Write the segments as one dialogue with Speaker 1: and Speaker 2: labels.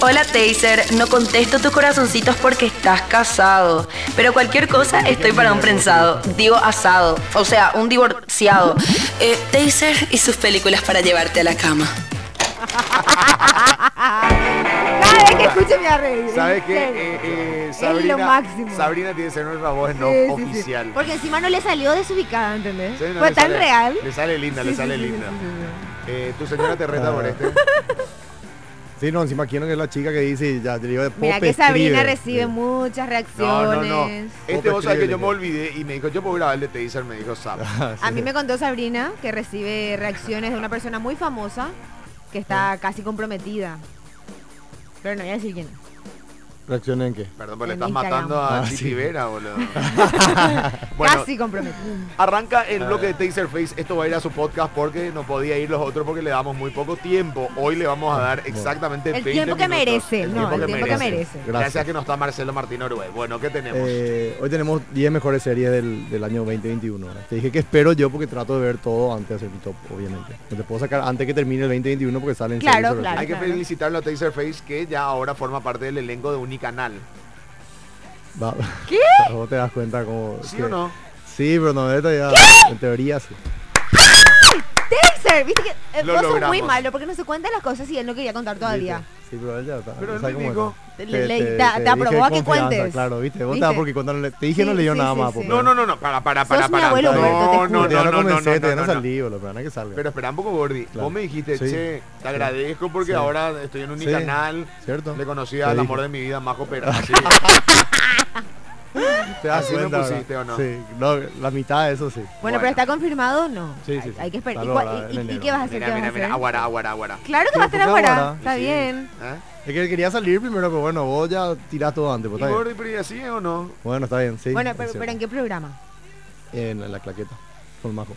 Speaker 1: Hola Taser, no contesto tus corazoncitos porque estás casado. Pero cualquier cosa estoy para un prensado. Digo asado. O sea, un divorciado. Eh, Taser y sus películas para llevarte a la cama.
Speaker 2: Cada vez que escuche me arreglo.
Speaker 3: ¿Sabes qué?
Speaker 2: que
Speaker 3: Eh, eh,
Speaker 2: lo
Speaker 3: Sabrina,
Speaker 2: máximo.
Speaker 3: Sabrina tiene que ser nuestra voz no oficial.
Speaker 2: Porque encima no le salió desubicada, ¿entendés?
Speaker 3: Sí, no,
Speaker 2: Fue
Speaker 3: le
Speaker 2: tan
Speaker 3: sale-
Speaker 2: real.
Speaker 3: Le sale linda, le
Speaker 2: Sí,
Speaker 3: sale
Speaker 2: sí, sí,
Speaker 3: linda.
Speaker 2: sí, sí,
Speaker 3: Eh, tu señora te reta por este.
Speaker 4: Sí, no, encima quiero que es la chica que dice, ya te digo de
Speaker 2: sí. Mira
Speaker 4: Pope
Speaker 2: que Sabrina
Speaker 4: escribe.
Speaker 2: recibe muchas
Speaker 3: No,
Speaker 2: reacciones.
Speaker 3: no, no. Este
Speaker 4: Pope
Speaker 3: vos sabés que
Speaker 4: escribe,
Speaker 3: yo me
Speaker 4: le-
Speaker 3: olvidé y me dijo, yo puedo grabar el de Taser, me dijo Sam.
Speaker 4: Ah,
Speaker 2: A mí me contó Sabrina que recibe reacciones de una persona muy famosa que está casi comprometida. Pero no voy a decir quién. es.
Speaker 4: ¿Reacciona en qué?
Speaker 3: Perdón, pero le
Speaker 2: En
Speaker 3: estás
Speaker 2: Instagram.
Speaker 3: matando a
Speaker 4: Ah,
Speaker 3: Titi
Speaker 4: sí.
Speaker 3: Vera, boludo. bueno, Mm.
Speaker 2: Casi comprometida.
Speaker 3: arranca el
Speaker 4: Ah.
Speaker 3: bloque de Taserface. Esto va a ir a su podcast porque no podía ir los otros porque le damos muy poco tiempo. Hoy le vamos
Speaker 4: Ah,
Speaker 3: a dar exactamente
Speaker 2: El
Speaker 3: 20
Speaker 2: tiempo que
Speaker 3: minutos.
Speaker 2: merece. No, el tiempo que merece.
Speaker 3: Gracias. que no está Marcelo Martín Orue. Bueno, ¿qué tenemos?
Speaker 4: Eh, hoy tenemos 10 mejores series del, del año 2021. ¿verdad? Te dije que espero yo porque trato de ver todo antes de hacer mi top, obviamente. No te puedo sacar antes que termine el 2021 porque salen
Speaker 2: Claro,
Speaker 4: series sobre
Speaker 2: claro.
Speaker 3: Hay que felicitarlo a Taserface que ya ahora forma parte del elenco de Unicanal.
Speaker 4: todo. Va- Vos te das cuenta como...
Speaker 3: ¿Sí
Speaker 4: que-
Speaker 3: o no?
Speaker 4: Sí, pero no, neta ya... En teoría sí.
Speaker 2: Taser, viste que eh,
Speaker 3: Lo
Speaker 2: vos sos
Speaker 3: logramos.
Speaker 2: muy malo porque no se cuentan las cosas y él no quería contar todavía.
Speaker 4: ¿Viste? Sí, pero él ya está.
Speaker 3: Pero
Speaker 4: ya
Speaker 3: él
Speaker 4: sabe
Speaker 3: me
Speaker 4: cómo
Speaker 3: dijo.
Speaker 4: es.
Speaker 2: Te- le- te- te aprobó
Speaker 4: dije
Speaker 2: a que
Speaker 4: confianza,
Speaker 2: cuentes.
Speaker 4: Claro, viste. Vos
Speaker 2: ¿Viste?
Speaker 4: te das porque cuando le- te dije no
Speaker 2: Sí,
Speaker 4: leyó
Speaker 2: sí,
Speaker 4: nada
Speaker 2: sí,
Speaker 4: más. pues,
Speaker 2: sí.
Speaker 4: Pope.
Speaker 3: No, no, no, no, para, para,
Speaker 2: Sos
Speaker 3: para,
Speaker 2: mi
Speaker 3: para.
Speaker 2: abuelo,
Speaker 3: no,
Speaker 2: Alberto, te
Speaker 3: no,
Speaker 2: juro.
Speaker 3: no,
Speaker 4: Te
Speaker 3: no,
Speaker 4: ya lo
Speaker 3: no, no,
Speaker 4: comencé,
Speaker 3: no,
Speaker 4: te van
Speaker 3: no,
Speaker 4: a
Speaker 3: no.
Speaker 4: salir, boludo, pero nada que salga.
Speaker 3: Pero espera un poco, Gordi.
Speaker 4: Claro.
Speaker 3: Vos me dijiste,
Speaker 4: Sí.
Speaker 3: che, te agradezco porque
Speaker 4: Sí.
Speaker 3: ahora estoy en Unicanal.
Speaker 4: ¿Cierto?
Speaker 3: Le conocí
Speaker 4: Te
Speaker 3: al
Speaker 4: dije.
Speaker 3: amor de mi vida, Majo Pera. Así,
Speaker 4: ¿Te das
Speaker 3: así me
Speaker 4: cuenta,
Speaker 3: ah, pusiste,
Speaker 4: verdad?
Speaker 3: ¿o no?
Speaker 4: Sí, no, la mitad de eso sí.
Speaker 2: Bueno, pero
Speaker 3: Bueno.
Speaker 2: ¿está confirmado o no?
Speaker 4: Sí, sí,
Speaker 2: Hay-
Speaker 4: sí.
Speaker 2: Hay que esperar. ¿Y,
Speaker 4: Está
Speaker 2: cuál-
Speaker 4: logrado,
Speaker 2: y- y-
Speaker 4: en
Speaker 2: y
Speaker 4: enero.
Speaker 2: qué vas a hacer?
Speaker 3: mira,
Speaker 2: ¿Qué vas
Speaker 3: mira,
Speaker 2: a hacer?
Speaker 3: mira, aguará, aguará, aguará.
Speaker 2: Claro que
Speaker 4: Sí,
Speaker 2: vas a estar
Speaker 4: porque
Speaker 2: enamorada.
Speaker 4: ahora-
Speaker 2: Está
Speaker 3: Sí.
Speaker 2: bien.
Speaker 3: ¿Eh?
Speaker 4: Es que quería salir primero, pero bueno, vos ya tirás todo antes, pues,
Speaker 3: ¿Y
Speaker 4: está bien.
Speaker 3: Gordi, pero y así eh, o no?
Speaker 4: Bueno, está bien, sí.
Speaker 2: bueno,
Speaker 4: es
Speaker 2: pero,
Speaker 4: cierto.
Speaker 2: pero ¿en qué programa?
Speaker 4: En, en la claqueta, con Majo.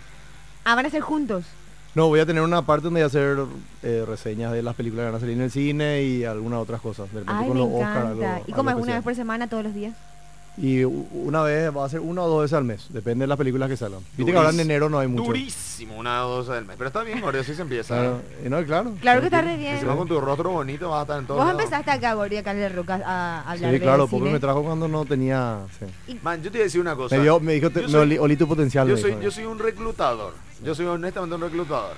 Speaker 2: Ah, van a ser juntos.
Speaker 4: No, voy a tener una parte donde voy a hacer eh, reseñas de las películas que van a salir en el cine y algunas otras cosas. De repente
Speaker 2: Ay,
Speaker 4: con
Speaker 2: me
Speaker 4: los Oscar, algo-
Speaker 2: encanta. ¿Y
Speaker 4: algo
Speaker 2: cómo es? ¿Una
Speaker 4: especial.
Speaker 2: vez por semana, todos los días?
Speaker 4: Y u- una vez, va a ser una o dos veces al mes, depende de las películas que salgan. Viste
Speaker 3: Durísimo.
Speaker 4: que ahora en enero no hay mucho.
Speaker 3: Durísimo, una o dos del mes. Pero está bien, Gordi, así se empieza.
Speaker 4: Claro, eh, no, claro.
Speaker 2: Claro que está
Speaker 4: tranquilo.
Speaker 2: re bien.
Speaker 3: Encima con tu rostro bonito vas a estar en todo.
Speaker 2: Vos empezaste acá, Gordy, acá en el Roca a a hablar de
Speaker 4: Sí, claro,
Speaker 2: cine.
Speaker 4: porque me trajo cuando no tenía... sí.
Speaker 3: Man, yo te voy a decir una cosa.
Speaker 4: me, dio- me dijo, te-
Speaker 3: yo
Speaker 4: me
Speaker 3: soy-
Speaker 4: olí, olí tu potencial.
Speaker 3: Yo
Speaker 4: me
Speaker 3: soy,
Speaker 4: dijo.
Speaker 3: yo soy un reclutador. Yo soy honestamente un reclutador.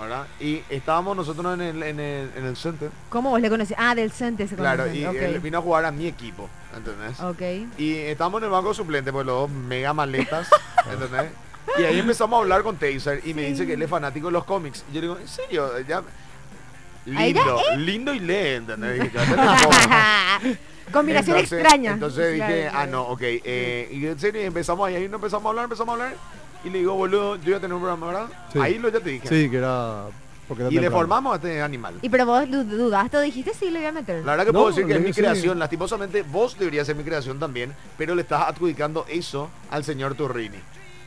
Speaker 3: ¿Verdad? Y estábamos nosotros en el, en el, en el center.
Speaker 2: ¿Cómo vos le conocés? Ah, del Cente se
Speaker 3: Claro,
Speaker 2: conocen,
Speaker 3: y
Speaker 2: ok.
Speaker 3: él vino a jugar a mi equipo. ¿Entendés?
Speaker 2: Ok.
Speaker 3: Y estábamos en el banco suplente, pues los dos mega maletas, ¿entendés? Y ahí empezamos a hablar con Taser y me dice que él es fanático de los cómics. Y yo le digo, ¿en serio? Ya...
Speaker 2: Ahí ya,
Speaker 3: Lindo, lindo y lee, ¿entendés? Dije, "Ya te lo pongo".
Speaker 2: Combinación
Speaker 3: Entonces-
Speaker 2: extraña.
Speaker 3: Entonces
Speaker 2: Claro,
Speaker 3: dije, ah,
Speaker 2: claro.
Speaker 3: no, ok. eh, y en serio, y empezamos ahí, ahí no empezamos a hablar, empezamos a hablar. Y le digo, boludo, yo voy a tener un programa, ¿verdad?
Speaker 4: Sí.
Speaker 3: Ahí lo ya te dije.
Speaker 4: Sí, que era... Porque era
Speaker 3: Y le
Speaker 4: temprano.
Speaker 3: formamos a este animal.
Speaker 2: Y pero vos du- dudaste o dijiste sí, le voy a meter.
Speaker 3: La verdad que
Speaker 4: No,
Speaker 3: puedo decir que es
Speaker 4: le-
Speaker 3: mi
Speaker 4: sí.
Speaker 3: creación, lastimosamente vos deberías ser mi creación también, pero le estás adjudicando eso al señor Turrini.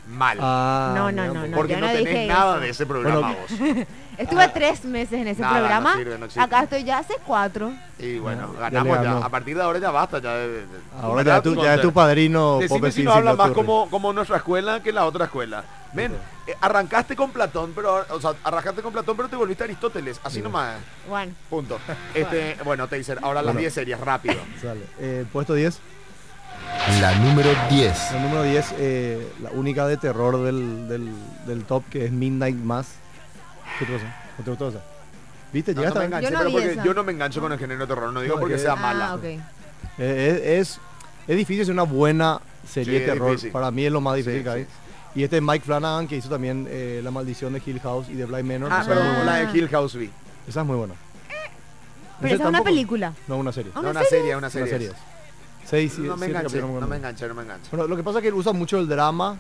Speaker 3: Mal.
Speaker 4: Ah,
Speaker 2: No, no,
Speaker 4: mira,
Speaker 2: no,
Speaker 4: pues.
Speaker 2: no.
Speaker 3: porque
Speaker 2: yo
Speaker 3: no,
Speaker 2: dije
Speaker 3: tenés nada
Speaker 2: eso.
Speaker 3: de ese programa
Speaker 4: Bueno,
Speaker 3: vos.
Speaker 2: Estuve tres meses en ese
Speaker 3: Nada, no
Speaker 2: programa.
Speaker 3: sirve, no existe.
Speaker 2: acá estoy ya hace cuatro.
Speaker 3: Y bueno,
Speaker 4: Ya
Speaker 3: ganamos
Speaker 4: le
Speaker 3: ya.
Speaker 4: ganó.
Speaker 3: A partir de ahora ya basta. Ya, de- de-
Speaker 4: Ahora
Speaker 3: ¿verdad?
Speaker 4: ya, tú, ya es tu
Speaker 3: Contra-
Speaker 4: padrino,
Speaker 3: Decime
Speaker 4: Pope
Speaker 3: si no
Speaker 4: Sissi,
Speaker 3: habla
Speaker 4: la
Speaker 3: más
Speaker 4: torre.
Speaker 3: como, como nuestra escuela que la otra escuela. Ven, eh, arrancaste con Platón, pero ahora- o sea, arrancaste con Platón, pero te volviste Aristóteles. Así nomás.
Speaker 2: Bueno.
Speaker 3: Punto. Este, bueno, Taser, ahora las
Speaker 4: Bueno.
Speaker 3: 10 series, rápido.
Speaker 4: Sale. Eh, puesto 10.
Speaker 5: La número 10.
Speaker 4: El número 10, eh, la única de terror del, del, del top, que es Midnight Mass. ¿Qué te pasa? ¿No te gustó esa? ¿Viste?
Speaker 3: No, no
Speaker 4: Llegaste
Speaker 3: me
Speaker 4: a-
Speaker 3: enganché,
Speaker 2: Yo no
Speaker 3: pero
Speaker 2: vi
Speaker 3: porque
Speaker 2: esa.
Speaker 3: yo no me engancho con el género de terror. No digo
Speaker 4: No,
Speaker 3: porque
Speaker 4: que-
Speaker 3: sea
Speaker 4: Ah,
Speaker 3: mala.
Speaker 2: Ah, ok.
Speaker 4: Eh, es, es, es difícil hacer una buena serie
Speaker 3: Sí,
Speaker 4: de
Speaker 3: es
Speaker 4: terror.
Speaker 3: difícil.
Speaker 4: Para mí es lo más difícil
Speaker 3: Sí,
Speaker 4: que hay.
Speaker 3: sí,
Speaker 4: Y este es Mike Flanagan, que hizo también eh, La Maldición de Hill House y de Blind Manor.
Speaker 3: Ah,
Speaker 4: esa,
Speaker 3: pero
Speaker 4: es muy buena.
Speaker 3: la de Hill House vi.
Speaker 4: Esa es muy buena.
Speaker 2: Pero
Speaker 4: Esa
Speaker 2: esa es una
Speaker 4: tampoco-
Speaker 2: película.
Speaker 4: No, una serie.
Speaker 2: Ah,
Speaker 3: No,
Speaker 2: ¿una
Speaker 3: una serie, una
Speaker 4: Una
Speaker 3: serie.
Speaker 4: serie. Seis,
Speaker 3: No
Speaker 4: siete
Speaker 3: me enganché,
Speaker 4: capítulos,
Speaker 3: no me
Speaker 4: acuerdo.
Speaker 3: enganché, no me enganché.
Speaker 4: Bueno, lo que pasa es que él usa mucho el drama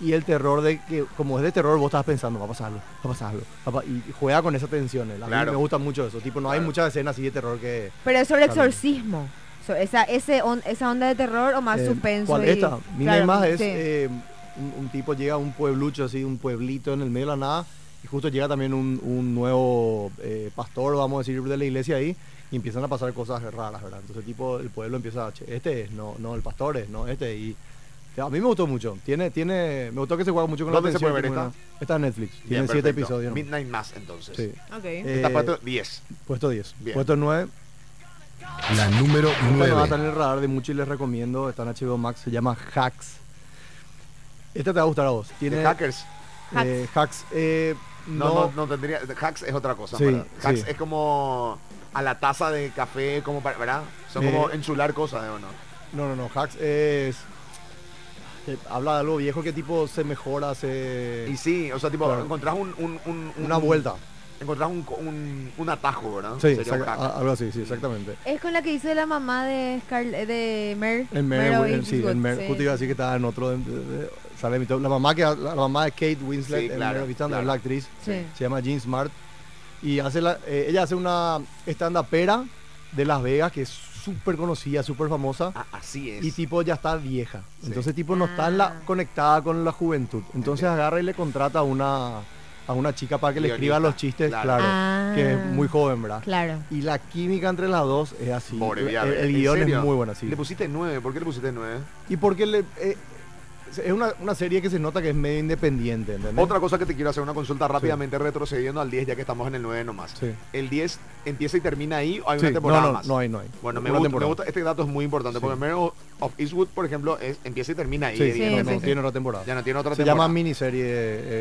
Speaker 4: y el terror de que, como es de terror, vos estás pensando, va a pasar algo, va a pasar algo. va a pa- y juega con esa tensión. él. A
Speaker 3: Claro.
Speaker 4: mí me gusta mucho eso. Tipo, no hay
Speaker 3: Claro.
Speaker 4: muchas escenas así de terror que...
Speaker 2: Pero es sobre
Speaker 4: Está bien.
Speaker 2: exorcismo. So, esa, ese on- esa onda de terror o más
Speaker 4: eh,
Speaker 2: suspenso.
Speaker 4: ¿Cuál
Speaker 2: y-
Speaker 4: esta? Mi
Speaker 2: Claro,
Speaker 4: más es
Speaker 2: sí.
Speaker 4: eh, un, un tipo llega a un pueblucho así, un pueblito en el medio de la nada y justo llega también un, un nuevo eh, pastor, vamos a decir, de la iglesia ahí y empiezan a pasar cosas raras, ¿verdad? Entonces, tipo, el pueblo empieza, "Che, este es, no, no, el pastor es, no, este y... o sea, A mí me gustó mucho. Tiene, tiene, me gustó que se juega mucho con la
Speaker 3: ¿Dónde se
Speaker 4: tensión,
Speaker 3: puede ver
Speaker 4: tipo,
Speaker 3: esta?
Speaker 4: una- Está en Netflix.
Speaker 3: Bien,
Speaker 4: Tiene siete
Speaker 3: perfecto.
Speaker 4: episodios. ¿no?
Speaker 3: Midnight más, entonces.
Speaker 4: Sí.
Speaker 2: Ok.
Speaker 4: Eh,
Speaker 3: Está puesto 10.
Speaker 4: puesto 10.
Speaker 3: Bien.
Speaker 4: Puesto 9.
Speaker 5: La número
Speaker 4: Esta no va a estar
Speaker 5: 9.
Speaker 4: en el radar de muchos y les recomiendo. Está en HBO Max, se llama Hacks. Esta te va a gustar a vos. Tiene
Speaker 3: De hackers.
Speaker 4: eh, hacks. eh,
Speaker 3: No, no, no tendría. Hacks es otra cosa.
Speaker 4: Sí,
Speaker 3: ¿verdad? Hacks
Speaker 4: sí.
Speaker 3: es como a la taza de café, como para, ¿verdad? Son
Speaker 4: Eh.
Speaker 3: como enchular cosas, ¿eh? ¿o no?
Speaker 4: No, no, no. Hacks es. que habla de algo viejo que tipo se mejora, se.
Speaker 3: Y sí, o sea, tipo,
Speaker 4: Claro.
Speaker 3: encontrás un, un- un- un-
Speaker 4: una vuelta.
Speaker 3: Encontrás un, un- un atajo, ¿verdad?
Speaker 4: Sí,
Speaker 3: Sería un
Speaker 4: exacta-
Speaker 3: hack.
Speaker 4: a- algo así, sí, exactamente.
Speaker 2: Es con la que hizo la mamá de Scar de Mer.
Speaker 4: En Mer,
Speaker 2: Mero
Speaker 4: Williams, sí,
Speaker 2: Eastwood,
Speaker 4: en Mer,
Speaker 2: sí.
Speaker 4: justo iba a decir que estaba en otro. de- de- de- sale mi top. La mamá, que, la, la mamá de Kate Winslet,
Speaker 3: Sí,
Speaker 4: en
Speaker 3: claro,
Speaker 4: Mero Vistando,
Speaker 3: claro.
Speaker 4: es la actriz,
Speaker 2: Sí.
Speaker 4: se llama Jean Smart. Y hace la, eh, ella hace una stand-upera de Las Vegas que es súper conocida, súper famosa.
Speaker 3: Ah, así es.
Speaker 4: Y tipo ya está vieja.
Speaker 3: Sí.
Speaker 4: Entonces tipo no está en la,
Speaker 2: Ah.
Speaker 4: conectada con la juventud. Entonces agarra y le contrata a una, a una chica para que le escriba
Speaker 3: Guionista,
Speaker 4: los chistes,
Speaker 3: claro.
Speaker 4: claro.
Speaker 2: Ah.
Speaker 4: que es muy joven, ¿verdad?
Speaker 2: Claro.
Speaker 4: Y la química entre las dos es así.
Speaker 3: Pobre
Speaker 4: el,
Speaker 3: Viagra.
Speaker 4: el
Speaker 3: ¿En
Speaker 4: guión
Speaker 3: serio?
Speaker 4: es muy bueno, sí.
Speaker 3: Le pusiste 9, ¿por qué le pusiste 9?
Speaker 4: Y porque le, eh, es una, una serie que se nota que es medio independiente, ¿entendés?
Speaker 3: Otra cosa que te quiero hacer una consulta rápidamente, retrocediendo al 10, ya que estamos en el 9 nomás.
Speaker 4: Sí.
Speaker 3: ¿El 10 empieza y termina ahí o hay
Speaker 4: Sí,
Speaker 3: una temporada
Speaker 4: no, no,
Speaker 3: más?
Speaker 4: no hay, no hay.
Speaker 3: Bueno, me
Speaker 4: Una
Speaker 3: gusta, me
Speaker 4: temporada.
Speaker 3: gusta- este dato es muy importante,
Speaker 4: Sí.
Speaker 3: porque Mero of Eastwood, por ejemplo, es- empieza y termina ahí.
Speaker 2: Sí,
Speaker 4: Sí, no, no,
Speaker 2: sí, sí.
Speaker 3: evidentemente.
Speaker 4: tiene otra temporada.
Speaker 3: Ya no tiene otra
Speaker 4: se
Speaker 3: temporada.
Speaker 4: llama miniserie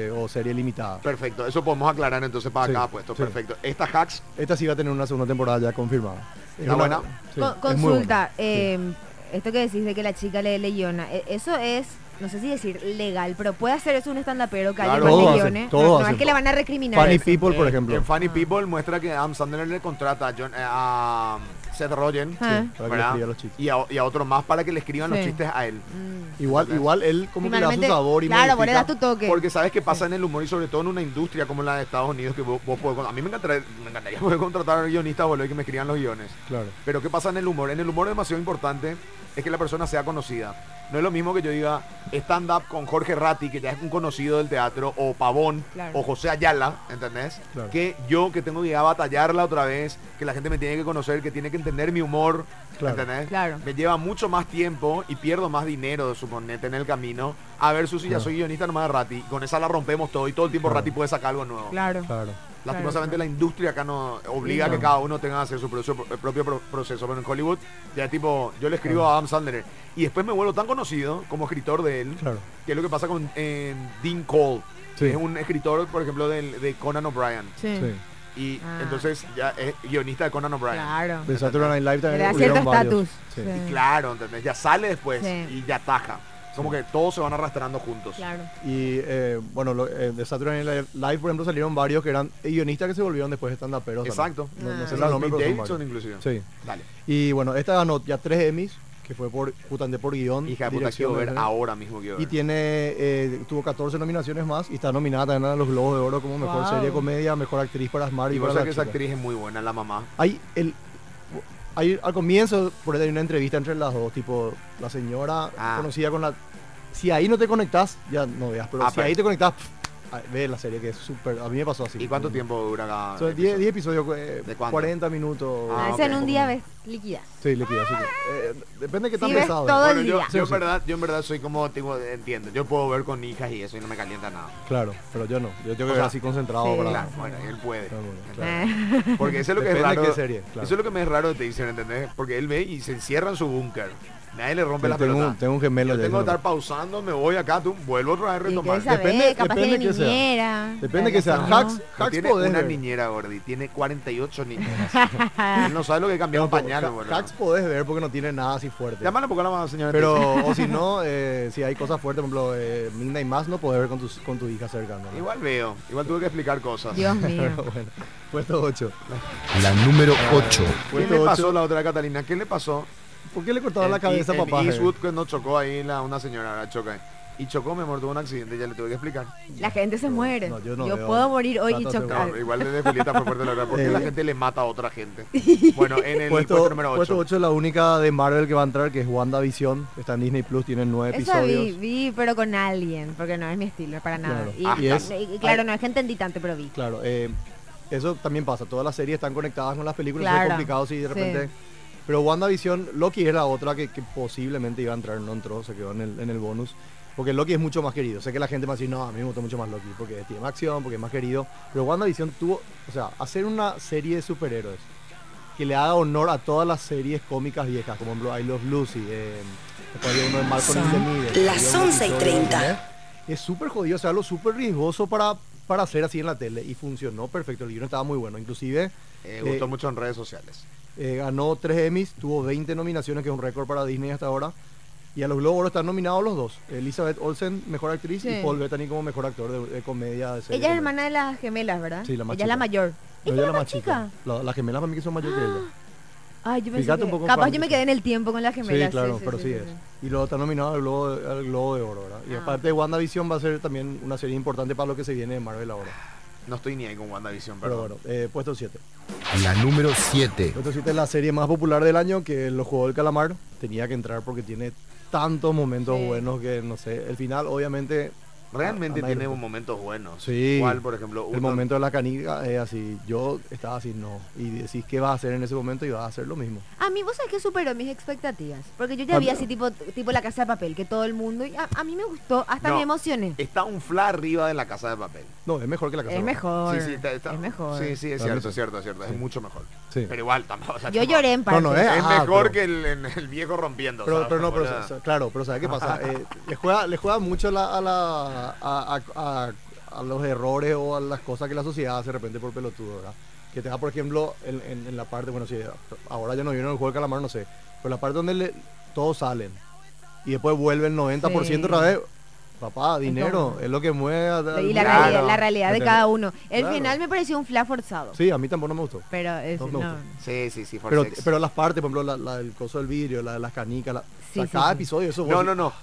Speaker 4: eh, o serie limitada.
Speaker 3: Perfecto, eso podemos aclarar entonces para
Speaker 4: Sí,
Speaker 3: cada puesto.
Speaker 4: sí.
Speaker 3: Perfecto. Esta hacks,
Speaker 4: Esta sí va a tener una segunda temporada ya confirmada. Es
Speaker 3: ¿Está
Speaker 4: una-
Speaker 3: buena?
Speaker 4: sí,
Speaker 2: Con-
Speaker 4: es muy
Speaker 2: consulta,
Speaker 4: buena. Sí.
Speaker 2: eh, esto que decís de que la chica le, le guiona, e- eso es, no sé si decir legal, pero puede hacer eso un stand-upero que
Speaker 3: Claro,
Speaker 2: alguien más
Speaker 4: todo
Speaker 2: le
Speaker 4: hacen,
Speaker 2: guione.
Speaker 4: todo
Speaker 2: no, no es
Speaker 4: hacen.
Speaker 2: que le van a recriminar.
Speaker 4: Funny
Speaker 2: eso.
Speaker 4: People, por
Speaker 3: eh,
Speaker 4: ejemplo.
Speaker 3: en Funny People muestra que Adam Sandler le contrata a, John- eh, a um, Seth Rogen,
Speaker 2: Ah. Sí,
Speaker 4: para que le
Speaker 3: ¿verdad?
Speaker 4: escriba los chistes.
Speaker 3: Y, a, y a otro más para que le escriban los
Speaker 2: Sí.
Speaker 3: chistes a él.
Speaker 2: Mm.
Speaker 4: Igual, igual él como que le da su
Speaker 2: Finalmente,
Speaker 4: sabor y
Speaker 2: claro, vos le das
Speaker 4: modifica.
Speaker 2: tu toque.
Speaker 3: Porque sabes que pasa en el humor y sobre todo en una industria como la de Estados Unidos que vos, vos podés con- A mí me encantaría, me encantaría poder contratar guionistas, boludo, y que me escriban los guiones.
Speaker 4: Claro.
Speaker 3: Pero ¿qué pasa en el humor? En el humor demasiado importante es que la persona sea conocida. No es lo mismo que yo diga stand-up con Jorge Ratti, que ya es un conocido del teatro, o Pavón,
Speaker 2: Claro.
Speaker 3: o José Ayala, ¿entendés?
Speaker 4: Claro.
Speaker 3: Que yo que tengo que ir a batallarla otra vez, que la gente me tiene que conocer, que tiene que entender mi humor,
Speaker 4: Claro.
Speaker 3: ¿entendés?
Speaker 2: Claro.
Speaker 3: Me lleva mucho más tiempo y pierdo más dinero, suponete, en el camino. A ver, Susi, ya
Speaker 4: Claro.
Speaker 3: soy guionista nomás de Ratti. Con esa la rompemos todo y todo el tiempo Ratti puede sacar algo nuevo.
Speaker 2: Claro.
Speaker 4: Claro.
Speaker 3: Lastimosamente la industria acá no obliga a que cada uno tenga que hacer su proceso- eh, propio, pro- proceso. Pero en Hollywood ya tipo, yo le escribo a Adam Sandler y después me vuelvo tan conocido como escritor de él,
Speaker 4: Claro.
Speaker 3: que es lo que pasa con eh, Dean Cole.
Speaker 4: Sí.
Speaker 3: que Es un escritor, por ejemplo, del- de Conan O'Brien.
Speaker 2: Sí.
Speaker 4: Sí.
Speaker 3: Y
Speaker 2: Ah.
Speaker 3: entonces ya es guionista de Conan O'Brien.
Speaker 2: Claro.
Speaker 4: De Saturday Night Live
Speaker 2: Le
Speaker 4: también
Speaker 2: da
Speaker 4: hubieron
Speaker 2: cierto
Speaker 4: varios.
Speaker 2: estatus.
Speaker 4: Sí.
Speaker 2: Sí.
Speaker 3: Y claro, ¿entendés? Ya sale después
Speaker 2: Sí.
Speaker 3: y ya ataja. Como que todos se van arrastrando juntos.
Speaker 2: Claro.
Speaker 4: Y eh, bueno, lo- eh, de Saturday Night Live, por ejemplo, salieron varios que eran guionistas que se volvieron después de stand pero
Speaker 3: Exacto.
Speaker 4: No, no
Speaker 2: Ah.
Speaker 4: sé los nombres,
Speaker 3: Pete
Speaker 4: pero
Speaker 3: Davidson
Speaker 4: son varios.
Speaker 3: inclusive.
Speaker 4: Sí.
Speaker 3: Dale.
Speaker 4: Y bueno, esta ganó ya tres Emmys, que fue por justamente por guión.
Speaker 3: Hija de puta,
Speaker 4: dirección,
Speaker 3: quiero ver
Speaker 4: ¿verdad?
Speaker 3: ahora mismo. Quiero
Speaker 4: Y
Speaker 3: ver.
Speaker 4: tiene, eh, tuvo 14 nominaciones más y está nominada también a los Globos de Oro como mejor
Speaker 2: Wow.
Speaker 4: serie de comedia, mejor actriz para Smart y,
Speaker 3: Y vos
Speaker 4: para
Speaker 3: sabés
Speaker 4: la
Speaker 3: que esa
Speaker 4: Chica.
Speaker 3: actriz es muy buena, la mamá.
Speaker 4: Hay el hay al comienzo por ahí hay una entrevista entre las dos, tipo la señora
Speaker 3: Ah.
Speaker 4: conocida con la si ahí no te conectás, ya no veas, pero
Speaker 3: Ah,
Speaker 4: si
Speaker 3: pero-
Speaker 4: ahí te conectás, pff, ah, ve la serie que es súper, a mí me pasó así.
Speaker 3: ¿Y cuánto tiempo dura cada
Speaker 4: Son 10
Speaker 3: episodio?
Speaker 4: episodios, eh,
Speaker 3: ¿De cuánto?
Speaker 4: 40 minutos.
Speaker 3: Ah,
Speaker 2: Ah,
Speaker 3: ok.
Speaker 2: eso en un día ves líquidas.
Speaker 4: Sí, le pido, así que, eh, depende de qué tan
Speaker 2: Sí, ves
Speaker 4: pesado.
Speaker 2: todo el
Speaker 4: es.
Speaker 3: yo,
Speaker 2: día.
Speaker 3: yo, en
Speaker 4: Sí, sí.
Speaker 3: verdad, yo en verdad soy como, tipo, entiendo, yo puedo ver con hijas y eso y no me calienta nada.
Speaker 4: Claro, pero yo no, yo tengo que
Speaker 3: O
Speaker 4: ver
Speaker 3: sea,
Speaker 4: así concentrado
Speaker 2: sí.
Speaker 4: para
Speaker 3: Claro, bueno, él puede.
Speaker 4: Claro, bueno,
Speaker 3: ¿entendés?
Speaker 2: Eh.
Speaker 3: Porque eso es lo que es
Speaker 4: Depende de
Speaker 3: raro.
Speaker 4: qué serie, claro.
Speaker 3: Eso es lo que me es raro de Taser, ¿entendés? Porque él ve y se encierra en su búnker. Nadie le rompe
Speaker 4: Tengo-
Speaker 3: las
Speaker 4: tengo un-
Speaker 3: pelotas.
Speaker 4: tengo un gemelo
Speaker 3: Yo
Speaker 4: ya,
Speaker 3: tengo que
Speaker 4: eso
Speaker 3: estar pausando, me voy acá, tú, vuelvo otra vez a
Speaker 2: Y
Speaker 3: retomar.
Speaker 2: querés saber,
Speaker 4: Depende-
Speaker 2: capaz
Speaker 4: depende
Speaker 2: tiene
Speaker 4: que sea.
Speaker 2: niñera.
Speaker 4: Depende que sea
Speaker 2: No.
Speaker 4: hacks,
Speaker 3: No
Speaker 4: hacks
Speaker 3: tiene
Speaker 4: podés
Speaker 3: una
Speaker 4: ver.
Speaker 3: niñera, Gordi, tiene 48 niñeras. él no sabe lo que cambió un
Speaker 4: Pero,
Speaker 3: pañal,
Speaker 4: ha-
Speaker 3: boludo.
Speaker 4: Hacks podés ver porque no tiene nada así fuerte.
Speaker 3: Llámala porque la vamos a enseñar.
Speaker 4: Pero, o si no, eh, si hay cosas fuertes, por ejemplo, eh, Midnight Mass no podés ver con, tus, con tu hija cerca. ¿no?
Speaker 3: Igual veo, igual tuve que explicar cosas.
Speaker 2: Dios mío.
Speaker 4: Pero bueno, puesto 8.
Speaker 5: La número 8.
Speaker 3: ¿Qué
Speaker 4: Puesto
Speaker 3: le
Speaker 4: 8.
Speaker 3: pasó la otra Catalina? ¿Qué le pasó?
Speaker 4: ¿Por qué le cortaba la
Speaker 3: En-
Speaker 4: cabeza a
Speaker 3: en
Speaker 4: papá? eh?
Speaker 3: Eastwood que no chocó ahí la, una señora, ahora choca. ahí. Y chocó, me mordió un accidente, ya le tuve que explicar.
Speaker 2: La gente se muere.
Speaker 4: no,
Speaker 2: yo
Speaker 4: yo no veo.
Speaker 2: puedo morir hoy y
Speaker 4: Trato de
Speaker 2: chocar.
Speaker 3: No, igual desde Julieta fue fuerte la verdad, porque
Speaker 4: Eh.
Speaker 3: la gente le mata a otra gente. Bueno, en el puesto,
Speaker 4: Puesto,
Speaker 3: número 8.
Speaker 4: puesto 8 es la única de Marvel que va a entrar, que es WandaVision. Está en Disney Plus, tiene 9
Speaker 2: Esa vi,
Speaker 4: episodios.
Speaker 2: vi, pero con alguien, porque no es mi estilo, para nada.
Speaker 4: Claro.
Speaker 2: Y,
Speaker 3: Ah,
Speaker 2: y-
Speaker 4: yes.
Speaker 2: y claro, no es gente entitante, pero vi.
Speaker 4: Claro, eh, eso también pasa. Todas las series están conectadas con las películas.
Speaker 2: Claro.
Speaker 4: Es complicado si de
Speaker 2: Sí.
Speaker 4: repente. Pero WandaVision, Loki era otra que, que posiblemente iba a entrar, no entró, se quedó en el, en el bonus. Porque Loki es mucho más querido. Sé que la gente me va a decir, no, a mí me gusta mucho más Loki, porque tiene más acción, porque es más querido. Pero WandaVision tuvo, o sea, hacer una serie de superhéroes que le haga honor a todas las series cómicas viejas, como por ejemplo I Love Lucy, eh, después había uno de Malcolm in the
Speaker 1: Son
Speaker 4: Middle, había
Speaker 1: las 11
Speaker 4: un
Speaker 1: y
Speaker 4: episodio de
Speaker 1: 30.
Speaker 4: Blair. Es súper jodido, o sea, algo súper riesgoso para, para hacer así en la tele y funcionó perfecto, el guion estaba muy bueno, inclusive
Speaker 3: Eh,
Speaker 4: eh,
Speaker 3: gustó mucho en redes sociales.
Speaker 4: eh, ganó 3 Emmys, tuvo 20 nominaciones, que es un récord para Disney hasta ahora. Y a los Globos de Oro están nominados los dos. Elizabeth Olsen, mejor actriz,
Speaker 2: Sí.
Speaker 4: y Paul Bettany como mejor actor de, de comedia. De serie
Speaker 2: Ella es
Speaker 4: comedia.
Speaker 2: hermana de las gemelas, ¿verdad?
Speaker 4: Sí, la más
Speaker 2: Ella es la
Speaker 4: chica.
Speaker 2: mayor.
Speaker 4: No,
Speaker 2: Ella es la más chica. Ah.
Speaker 4: La- Las gemelas para mí que son mayores que ella.
Speaker 2: Ay, yo pensé
Speaker 4: Fíjate
Speaker 2: que-
Speaker 4: un poco
Speaker 2: Capaz
Speaker 4: cuánto.
Speaker 2: yo me quedé en el tiempo con las gemelas.
Speaker 4: sí, claro, pero sí, es. Y luego está nominado al Globo, de- al Globo de Oro, ¿verdad? Y
Speaker 2: Ah.
Speaker 4: aparte WandaVision va a ser también una serie importante para lo que se viene de Marvel ahora.
Speaker 3: No estoy ni ahí con WandaVision,
Speaker 4: Pero
Speaker 3: Ah, perdón.
Speaker 4: bueno, eh, puesto 7.
Speaker 5: La número 7.
Speaker 4: Puesto 7 es la serie más popular del año, que es Los Juegos del Calamar. Tenía que entrar porque tiene tantos momentos
Speaker 2: Sí.
Speaker 4: buenos que, no sé, el final obviamente...
Speaker 3: Realmente
Speaker 4: a- a nadie
Speaker 3: tiene
Speaker 4: le-
Speaker 3: momentos buenos.
Speaker 4: Sí.
Speaker 3: Igual, por ejemplo, uno,
Speaker 4: El momento de la canica es así. Yo estaba así, no. Y decís qué vas a hacer en ese momento y vas a hacer lo mismo.
Speaker 2: A mí, vos sabés que superó mis expectativas. Porque yo ya vi así tipo, tipo la casa de papel, que todo el mundo. y a, a mí me gustó, hasta
Speaker 3: No.
Speaker 2: me emocioné.
Speaker 3: está un fla arriba de la casa de papel.
Speaker 4: No, es mejor que la casa.
Speaker 2: Es
Speaker 4: Blanca.
Speaker 2: mejor.
Speaker 3: Sí, sí, está- está-
Speaker 2: Es mejor.
Speaker 3: Sí, sí, es
Speaker 4: Para mí
Speaker 3: cierto,
Speaker 4: sí.
Speaker 3: es cierto, es cierto. Es mucho mejor.
Speaker 4: Sí.
Speaker 3: Pero igual tampoco. o sea,
Speaker 2: Yo
Speaker 3: tipo,
Speaker 2: lloré en parte.
Speaker 4: no, eh.
Speaker 3: Es
Speaker 4: Ah,
Speaker 3: mejor
Speaker 4: pero-
Speaker 3: que el, en- el viejo rompiendo.
Speaker 4: Pero,
Speaker 3: ¿sabes?
Speaker 4: pero no, pero,
Speaker 3: Boludo.
Speaker 4: o sea, claro, pero ¿sabes qué pasa? Eh, le, juega, le juega mucho la- a, la, a, a- a- a los errores o a las cosas que la sociedad hace de repente por pelotudo, ¿verdad? Que te da, por ejemplo, en, en- en la parte, bueno, si ahora ya no vieron el juego de calamar, no sé, pero la parte donde le- todos salen y después vuelve el 90% otra
Speaker 2: Sí.
Speaker 4: vez, papá, dinero,
Speaker 2: Entonces-
Speaker 4: es lo que mueve. a- a-
Speaker 2: Y la,
Speaker 3: Claro.
Speaker 2: realidad, la realidad de
Speaker 4: Entendé.
Speaker 2: cada uno. El
Speaker 4: Claro.
Speaker 2: final me pareció un flash forzado.
Speaker 4: Sí, a mí tampoco no me gustó.
Speaker 2: Pero es,
Speaker 4: No,
Speaker 2: no,
Speaker 4: no, no.
Speaker 3: Sí, sí, sí, for
Speaker 4: Pero,
Speaker 3: sex.
Speaker 4: pero las partes, por ejemplo, la, la del coso del vidrio, la de las canicas, la, o sea,
Speaker 2: sí,
Speaker 4: cada
Speaker 2: sí.
Speaker 4: episodio, eso.
Speaker 3: No,
Speaker 4: vos-
Speaker 3: no, no.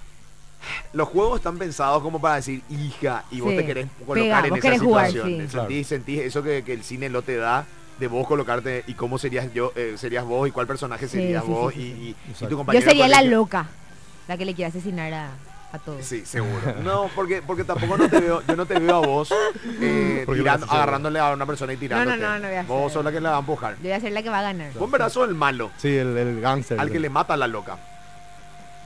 Speaker 3: Los juegos están pensados como para decir, hija, y vos
Speaker 2: Sí.
Speaker 3: te querés
Speaker 2: Pega,
Speaker 3: colocar en
Speaker 2: vos
Speaker 3: esa
Speaker 2: querés jugar,
Speaker 3: situación.
Speaker 2: sí.
Speaker 4: Claro.
Speaker 3: Sentís, sentís eso que, que el cine no te da de vos colocarte y cómo serías yo eh, serías vos y cuál personaje
Speaker 2: Sí,
Speaker 3: serías
Speaker 2: sí, sí,
Speaker 3: vos
Speaker 2: sí,
Speaker 3: y-
Speaker 4: sí.
Speaker 3: y, y
Speaker 4: Exacto.
Speaker 3: tu
Speaker 2: Yo
Speaker 3: compañero. de
Speaker 2: sería la
Speaker 3: colegio.
Speaker 2: loca, la que le quiere asesinar a, a todos.
Speaker 3: Sí, seguro. No, porque, porque tampoco no te veo, yo no te veo a vos eh,
Speaker 4: Porque
Speaker 3: tirando-
Speaker 4: lo haces
Speaker 3: agarrándole a una persona y tirándote.
Speaker 2: no, no voy a
Speaker 3: Vos
Speaker 2: hacer.
Speaker 3: sos la que la va a empujar.
Speaker 2: Yo voy a ser la que va a ganar.
Speaker 3: Vos en verdad sos el malo,
Speaker 4: Sí, el, el gángster.
Speaker 3: al que
Speaker 4: el-
Speaker 3: le mata a la loca.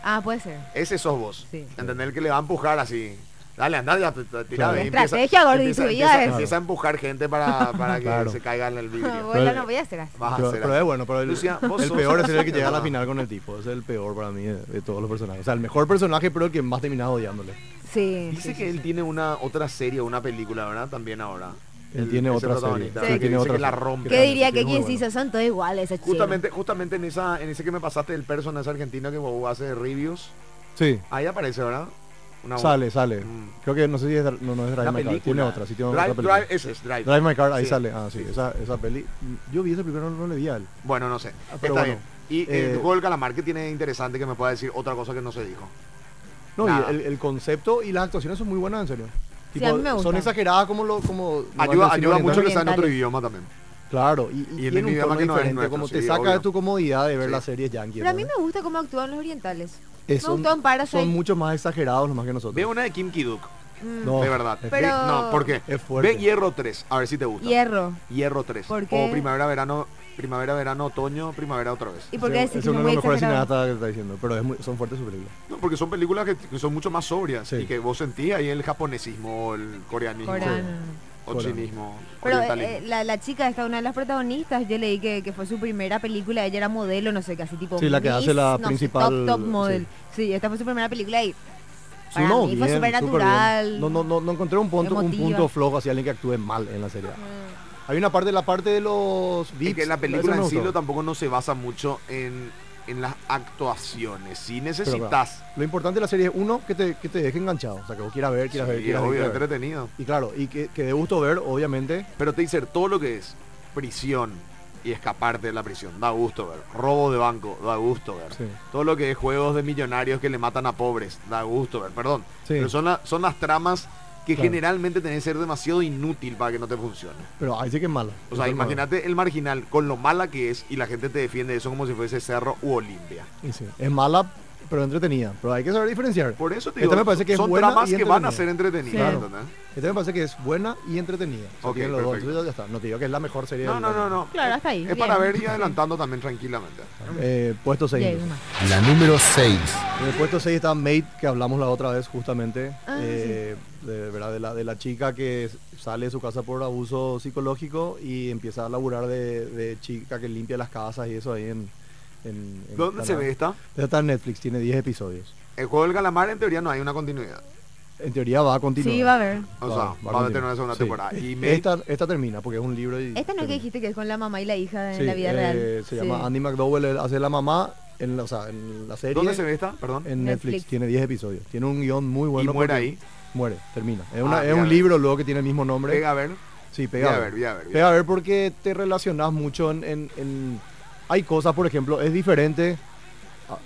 Speaker 2: Ah, puede ser.
Speaker 3: Ese sos vos.
Speaker 2: Sí.
Speaker 3: ¿Entendés? El que le va a empujar así. Dale, anda, ya te, te- tirá.
Speaker 4: Claro.
Speaker 3: y
Speaker 2: Estrategia, gordo, y su vida
Speaker 3: empieza,
Speaker 2: es-
Speaker 3: empieza a empujar gente para, para que
Speaker 4: Claro.
Speaker 3: se caiga en el vidrio.
Speaker 2: Bueno, no voy a hacer así.
Speaker 3: Vas a
Speaker 4: Pero,
Speaker 3: hacer
Speaker 4: pero
Speaker 3: así.
Speaker 4: es bueno, pero el,
Speaker 3: Lucia, Ah, vos
Speaker 4: el
Speaker 3: sos-
Speaker 4: peor es el que llega a la
Speaker 3: Ah.
Speaker 4: final con el tipo. Ese es el peor para mí de, de todos los personajes. O sea, el mejor personaje, pero el que más terminaba odiándole.
Speaker 2: Sí. sí,
Speaker 3: Dice que
Speaker 2: sí,
Speaker 3: él tiene una otra serie, una película, ¿verdad? También ahora.
Speaker 4: Él tiene
Speaker 3: ese
Speaker 4: otra serie.
Speaker 3: protagonista,
Speaker 4: Sí,
Speaker 3: que
Speaker 4: tiene
Speaker 3: dice
Speaker 4: otra
Speaker 3: que la
Speaker 4: serie.
Speaker 3: rompe.
Speaker 2: ¿Qué diría que
Speaker 4: es muy
Speaker 2: quien
Speaker 4: bueno.
Speaker 2: hizo? Son todos iguales, esos chinos.
Speaker 3: Justamente, justamente en esa, en ese que me pasaste del personaje argentino que Bobo hace reviews,
Speaker 4: Sí,
Speaker 3: ahí aparece, ¿verdad? Una
Speaker 4: sale, sale.
Speaker 3: Mm.
Speaker 4: Creo que no sé si es, Dra- no, no es Drive
Speaker 3: una
Speaker 4: My Car.
Speaker 3: película.
Speaker 4: Tiene otra, sí tiene
Speaker 3: Drive,
Speaker 4: otra película.
Speaker 3: Drive, ese es Drive.
Speaker 4: Drive My Car, ahí
Speaker 3: Sí.
Speaker 4: sale. Ah, sí,
Speaker 3: Sí.
Speaker 4: Esa, esa peli. mm, Yo vi ese primero, no le vi a él.
Speaker 3: Bueno, no sé.
Speaker 4: Ah,
Speaker 3: Está
Speaker 4: pero bueno.
Speaker 3: bien. Y
Speaker 4: Eh,
Speaker 3: el juego del calamar que tiene interesante que me pueda decir otra cosa que no se dijo.
Speaker 4: No,
Speaker 3: Nada.
Speaker 4: y el, el concepto y las actuaciones son muy buenas, en serio.
Speaker 2: Sí, a mí me
Speaker 4: Son
Speaker 2: gusta.
Speaker 4: exageradas como lo. Como
Speaker 3: Ayuda, ayuda mucho que sea en otro
Speaker 2: Orientales.
Speaker 3: idioma también.
Speaker 4: Claro, y,
Speaker 3: Y
Speaker 4: y,
Speaker 3: en
Speaker 4: tiene
Speaker 3: un
Speaker 4: un
Speaker 3: idioma
Speaker 4: tono
Speaker 3: que no es
Speaker 4: diferente,
Speaker 3: nuestro,
Speaker 4: como te
Speaker 3: sí,
Speaker 4: saca de
Speaker 3: obvio.
Speaker 4: tu comodidad de ver
Speaker 3: Sí.
Speaker 4: las series yankees.
Speaker 2: Pero a mí me gusta cómo actúan los orientales.
Speaker 4: Eh,
Speaker 2: Me gustó en Parasite.
Speaker 4: Son mucho más exagerados los más que nosotros.
Speaker 3: Ve una de Kim Kiduk,
Speaker 2: Mm,
Speaker 4: No,
Speaker 3: de verdad.
Speaker 4: Oh, es-
Speaker 2: Pero-
Speaker 3: No, ¿por qué?
Speaker 4: Es fuerte.
Speaker 3: Ve Hierro 3, a ver si te gusta.
Speaker 2: Hierro.
Speaker 3: Hierro 3.
Speaker 2: ¿Por
Speaker 3: O
Speaker 2: qué?
Speaker 3: primavera, verano, primavera, verano, otoño, primavera otra vez.
Speaker 2: ¿Y por qué
Speaker 4: Ese-
Speaker 2: decís
Speaker 4: ese
Speaker 2: que
Speaker 4: uno
Speaker 2: no
Speaker 4: de los
Speaker 2: voy a
Speaker 4: mejores
Speaker 2: exagerar?
Speaker 4: cineastas que está diciendo, pero es muy- son fuertes sus películas.
Speaker 3: No, porque son películas que, que son mucho más sobrias
Speaker 4: Sí.
Speaker 3: y que vos sentís ahí el japonesismo, el coreanismo,
Speaker 2: Coreano.
Speaker 3: o chinismo,
Speaker 2: Pero eh, eh,
Speaker 3: orientalismo.
Speaker 2: la, la chica, esta una de las protagonistas, yo leí que, que fue su primera película, ella era modelo, no sé, casi tipo.
Speaker 4: Sí, la que hace la
Speaker 2: no sé, top,
Speaker 4: principal,
Speaker 2: top model. Sí. esta fue su primera película y. Para
Speaker 4: No,
Speaker 2: mí fue
Speaker 4: bien,
Speaker 2: supernatural.
Speaker 4: bien. No, no, no, no encontré un punto, un
Speaker 2: Emotiva.
Speaker 4: punto flojo hacia alguien que actúe mal en la serie. Hay una parte, la parte de los
Speaker 3: Y
Speaker 4: VIPs.
Speaker 3: que la
Speaker 4: eso
Speaker 3: película
Speaker 4: me
Speaker 3: en sí
Speaker 4: gustó.
Speaker 3: lo tampoco no se basa mucho en, en las actuaciones. Si necesitas.
Speaker 4: Lo importante de la serie es, uno, que te, que te deje enganchado. O sea, que vos quieras ver, quieras ver,
Speaker 3: Sí,
Speaker 4: quieras ver,
Speaker 3: obvio,
Speaker 4: quieras ver.
Speaker 3: entretenido.
Speaker 4: Y claro, y que, que dé gusto ver, obviamente.
Speaker 3: Pero te dice todo lo que es prisión y escaparte de la prisión, da gusto ver. Robo de banco, da gusto ver.
Speaker 4: Sí.
Speaker 3: Todo lo que es juegos de millonarios que le matan a pobres, da gusto ver. Perdón.
Speaker 4: Sí.
Speaker 3: Pero son, la- son las tramas que
Speaker 4: Claro.
Speaker 3: generalmente tenés que ser demasiado inútil para que no te funcione.
Speaker 4: Pero ahí sí que es mala.
Speaker 3: O sea,
Speaker 4: Entonces,
Speaker 3: imagínate el marginal con lo mala que es y la gente te defiende eso como si fuese Cerro u Olimpia.
Speaker 4: Y sí, Es mala pero entretenida. Pero hay que saber diferenciar.
Speaker 3: Por eso te
Speaker 4: Esta
Speaker 3: digo,
Speaker 4: me parece que es
Speaker 3: son
Speaker 4: buena
Speaker 3: tramas
Speaker 4: y
Speaker 3: que van a ser
Speaker 4: entretenida.
Speaker 3: entretenidas.
Speaker 2: Sí.
Speaker 3: ¿entendés?
Speaker 4: Esta me parece que es buena y entretenida. O sea,
Speaker 3: Ok,
Speaker 4: tienen los dos.
Speaker 3: perfecto.
Speaker 4: Entonces, ya está. No te digo que es la mejor serie
Speaker 3: No,
Speaker 4: del
Speaker 3: no,
Speaker 4: año.
Speaker 3: no, no.
Speaker 2: Claro, hasta ahí,
Speaker 3: Es para
Speaker 2: bien.
Speaker 3: ver y adelantando también tranquilamente.
Speaker 4: Eh, puesto 6.
Speaker 2: Ya, es más.
Speaker 5: La número 6.
Speaker 4: En el puesto 6 está Mate, que hablamos la otra vez justamente,
Speaker 2: Ah,
Speaker 4: eh, de, ¿verdad? De, la, de la chica que s- sale de su casa por abuso psicológico y empieza a laburar de, de chica que limpia las casas y eso ahí en... en- en
Speaker 3: Eh, ¿Dónde se
Speaker 4: Canadá.
Speaker 3: ve esta?
Speaker 4: Esa está en Netflix, tiene 10 episodios.
Speaker 3: El juego del calamar en teoría no hay una continuidad.
Speaker 4: En teoría va a continuar.
Speaker 2: Sí, va a haber.
Speaker 3: O sea, va, a tener una segunda
Speaker 4: sí.
Speaker 3: temporada. Y Made-
Speaker 4: esta, esta termina porque es un libro y...
Speaker 2: Esta no es que
Speaker 4: termina.
Speaker 2: dijiste que es con la mamá y la hija
Speaker 4: Sí,
Speaker 2: en la vida
Speaker 4: eh,
Speaker 2: real. Sí.
Speaker 4: Se llama Andy McDowell, él hace la mamá en la, o sea, en la serie.
Speaker 3: ¿dónde se ve esta? Perdón.
Speaker 4: En Netflix.
Speaker 2: Netflix.
Speaker 4: tiene 10 episodios. Tiene un guión muy bueno.
Speaker 3: y muere
Speaker 4: porque-
Speaker 3: ahí.
Speaker 4: Muere, termina. Es, una-
Speaker 3: Ah, voy
Speaker 4: es
Speaker 3: a
Speaker 4: un
Speaker 3: ver.
Speaker 4: libro luego que tiene el mismo nombre.
Speaker 3: Pega Eh, a ver.
Speaker 4: sí, pega.
Speaker 3: Pega
Speaker 4: a
Speaker 3: a
Speaker 4: ver.
Speaker 3: ver, pega a ver.
Speaker 4: Pega a ver porque te relacionas mucho en, en- en- Hay cosas, por ejemplo, es diferente a-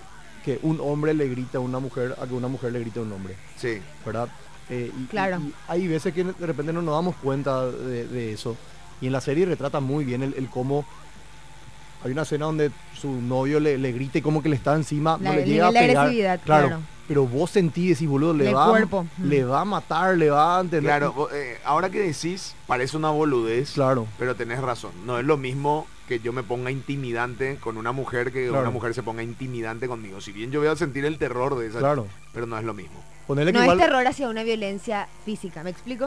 Speaker 4: que un hombre le grita a una mujer a que una mujer le grite a un hombre,
Speaker 3: Sí.
Speaker 4: ¿verdad? Eh, y- y-
Speaker 2: Claro.
Speaker 4: y hay veces que de repente no nos damos cuenta de, de eso. Y en la serie retrata muy bien el, el cómo... Hay una escena donde su novio le, le grita y como que le está encima,
Speaker 2: La-
Speaker 4: no le
Speaker 2: el
Speaker 4: llega a
Speaker 2: nivel de
Speaker 4: pegar.
Speaker 2: agresividad, claro.
Speaker 4: Pero vos sentís, decís, boludo, le
Speaker 2: Del
Speaker 4: va, a-
Speaker 2: cuerpo.
Speaker 4: le va a matar, le va a... ¿entendés?
Speaker 3: Claro, vos, eh, ahora que decís, parece una boludez.
Speaker 4: Claro.
Speaker 3: Pero tenés razón. No es lo mismo que yo me ponga intimidante con una mujer que
Speaker 4: Claro.
Speaker 3: una mujer se ponga intimidante conmigo. Si bien yo voy a sentir el terror de esa.
Speaker 4: Claro.
Speaker 3: Pero no es lo mismo.
Speaker 4: Ponele que
Speaker 2: No
Speaker 4: igual-
Speaker 2: es terror hacia una violencia física, ¿me explico?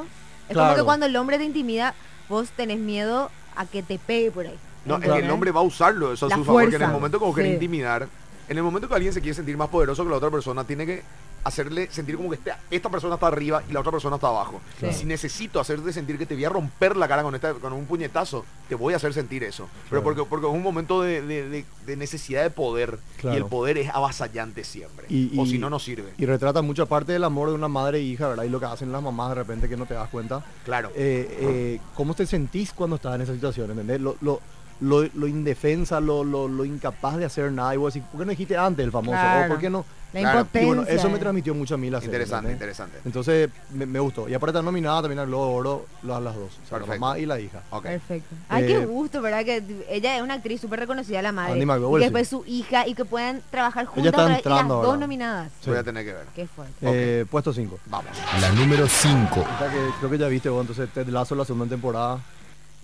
Speaker 2: Es como
Speaker 4: Claro.
Speaker 2: que cuando el hombre te intimida, vos tenés miedo a que te pegue por ahí.
Speaker 3: No, es que
Speaker 2: ¿Entendés?
Speaker 3: el hombre va a usarlo eso a
Speaker 2: La
Speaker 3: su favor, que en
Speaker 2: fuerza.
Speaker 3: el momento que vos querés
Speaker 2: Sí.
Speaker 3: intimidar, en el momento que alguien se quiere sentir más poderoso que la otra persona, tiene que hacerle sentir como que este- esta persona está arriba y la otra persona está abajo.
Speaker 2: Claro.
Speaker 3: Si necesito hacerte sentir que te voy a romper la cara con, esta, con un puñetazo, te voy a hacer sentir eso. Pero
Speaker 4: Claro.
Speaker 3: porque, porque es un momento de, de- de- de necesidad de poder y el
Speaker 4: Claro.
Speaker 3: poder es avasallante siempre.
Speaker 4: Y-
Speaker 3: o
Speaker 4: y-
Speaker 3: si no, no sirve.
Speaker 4: Y retrata mucha parte del amor de una madre e hija, ¿verdad? Y lo que hacen las mamás de repente que no te das cuenta.
Speaker 3: claro.
Speaker 4: Eh, eh, ¿Cómo te sentís cuando estás en esa situación? ¿Entendés? Lo, lo, lo, lo indefensa, lo, lo, lo incapaz de hacer nada. Y vos decís, ¿por qué no dijiste antes el famoso?
Speaker 2: Claro.
Speaker 4: ¿O por qué no?
Speaker 2: La
Speaker 3: Claro,
Speaker 4: Y
Speaker 2: impotencia.
Speaker 4: bueno, eso me
Speaker 2: eh.
Speaker 4: transmitió mucho a mí la serie,
Speaker 3: interesante,
Speaker 4: ¿entendés?
Speaker 3: interesante.
Speaker 4: Entonces, me, me gustó. Y aparte está nominada también al Globo de Oro las, las dos. O sea, la
Speaker 3: Perfecto.
Speaker 4: mamá y la hija.
Speaker 3: Ok.
Speaker 2: Perfecto. Ay, qué
Speaker 4: Eh,
Speaker 2: gusto, ¿verdad? Que t- ella es una actriz súper reconocida, la madre.
Speaker 4: Andy McDowell,
Speaker 2: y que
Speaker 4: sí.
Speaker 2: después su hija y que puedan trabajar juntas
Speaker 4: está
Speaker 2: otra vez, y las
Speaker 4: entrando
Speaker 2: dos
Speaker 4: ahora.
Speaker 2: nominadas.
Speaker 4: Sí.
Speaker 3: Voy a tener que ver.
Speaker 2: Qué fuerte.
Speaker 4: Eh, puesto 5.
Speaker 3: Vamos.
Speaker 5: La número 5.
Speaker 4: Esta que creo que ya viste vos, entonces Ted Lazo la segunda temporada,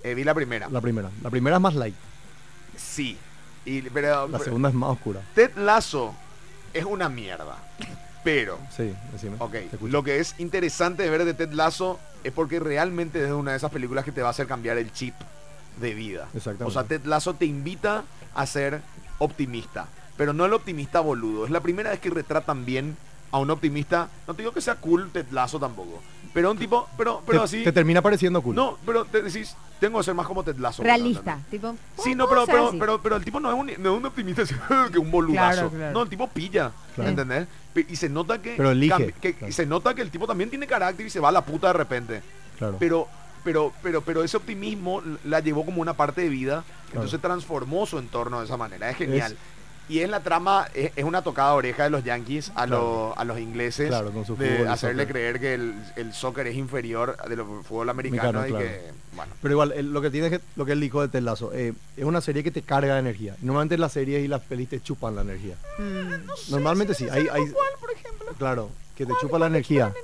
Speaker 3: Eh, vi la primera.
Speaker 4: la primera. La primera es más light,
Speaker 3: Sí. Y, pero,
Speaker 4: la
Speaker 3: pero-
Speaker 4: segunda es más oscura.
Speaker 3: Ted Lasso es una mierda. Pero,
Speaker 4: Sí, decime.
Speaker 3: ok,
Speaker 4: Te escucho.
Speaker 3: lo que es interesante de ver de Ted Lasso es porque realmente es una de esas películas que te va a hacer cambiar el chip de vida.
Speaker 4: Exactamente.
Speaker 3: O sea, Ted Lasso te invita a ser optimista, pero no el optimista boludo. Es la primera vez que retratan bien a un optimista. No te digo que sea cool Ted Lasso tampoco, pero un tipo, pero, pero
Speaker 4: te,
Speaker 3: así.
Speaker 4: te termina pareciendo cool.
Speaker 3: no, pero te decís, tengo que ser más como Ted Lasso.
Speaker 2: Realista. Tipo, ¿puedo-
Speaker 3: Sí, no,
Speaker 2: puedo Pues
Speaker 3: pero,
Speaker 2: ser
Speaker 3: pero,
Speaker 2: así?
Speaker 3: pero, pero el tipo no es un, no es un optimista así, que un boludazo.
Speaker 2: Claro, claro.
Speaker 3: No, el tipo pilla,
Speaker 4: Claro.
Speaker 3: ¿entendés? Pe- Y se nota que,
Speaker 4: Pero elige,
Speaker 3: cambi- que-
Speaker 4: claro.
Speaker 3: se nota que el tipo también tiene carácter y se va a la puta de repente.
Speaker 4: Claro.
Speaker 3: Pero, pero, pero, pero ese optimismo la llevó como una parte de vida, entonces transformó su entorno de esa manera. Es genial. y es la trama, es, es una tocada oreja de los yankees a,
Speaker 4: Claro.
Speaker 3: los, a los ingleses
Speaker 4: Claro, con su fútbol
Speaker 3: de
Speaker 4: y
Speaker 3: hacerle
Speaker 4: soccer.
Speaker 3: creer que el, el soccer es inferior del fútbol americano
Speaker 4: Americano,
Speaker 3: y
Speaker 4: claro.
Speaker 3: que, bueno,
Speaker 4: Pero igual, el- lo que tiene es que, lo que él dijo de Ted Lasso, eh, es una serie que te carga de energía. Normalmente las series y las pelis te chupan la energía.
Speaker 2: Mm.
Speaker 4: Normalmente sí. Hay, hay, por ejemplo? Claro, que te chupa la energía.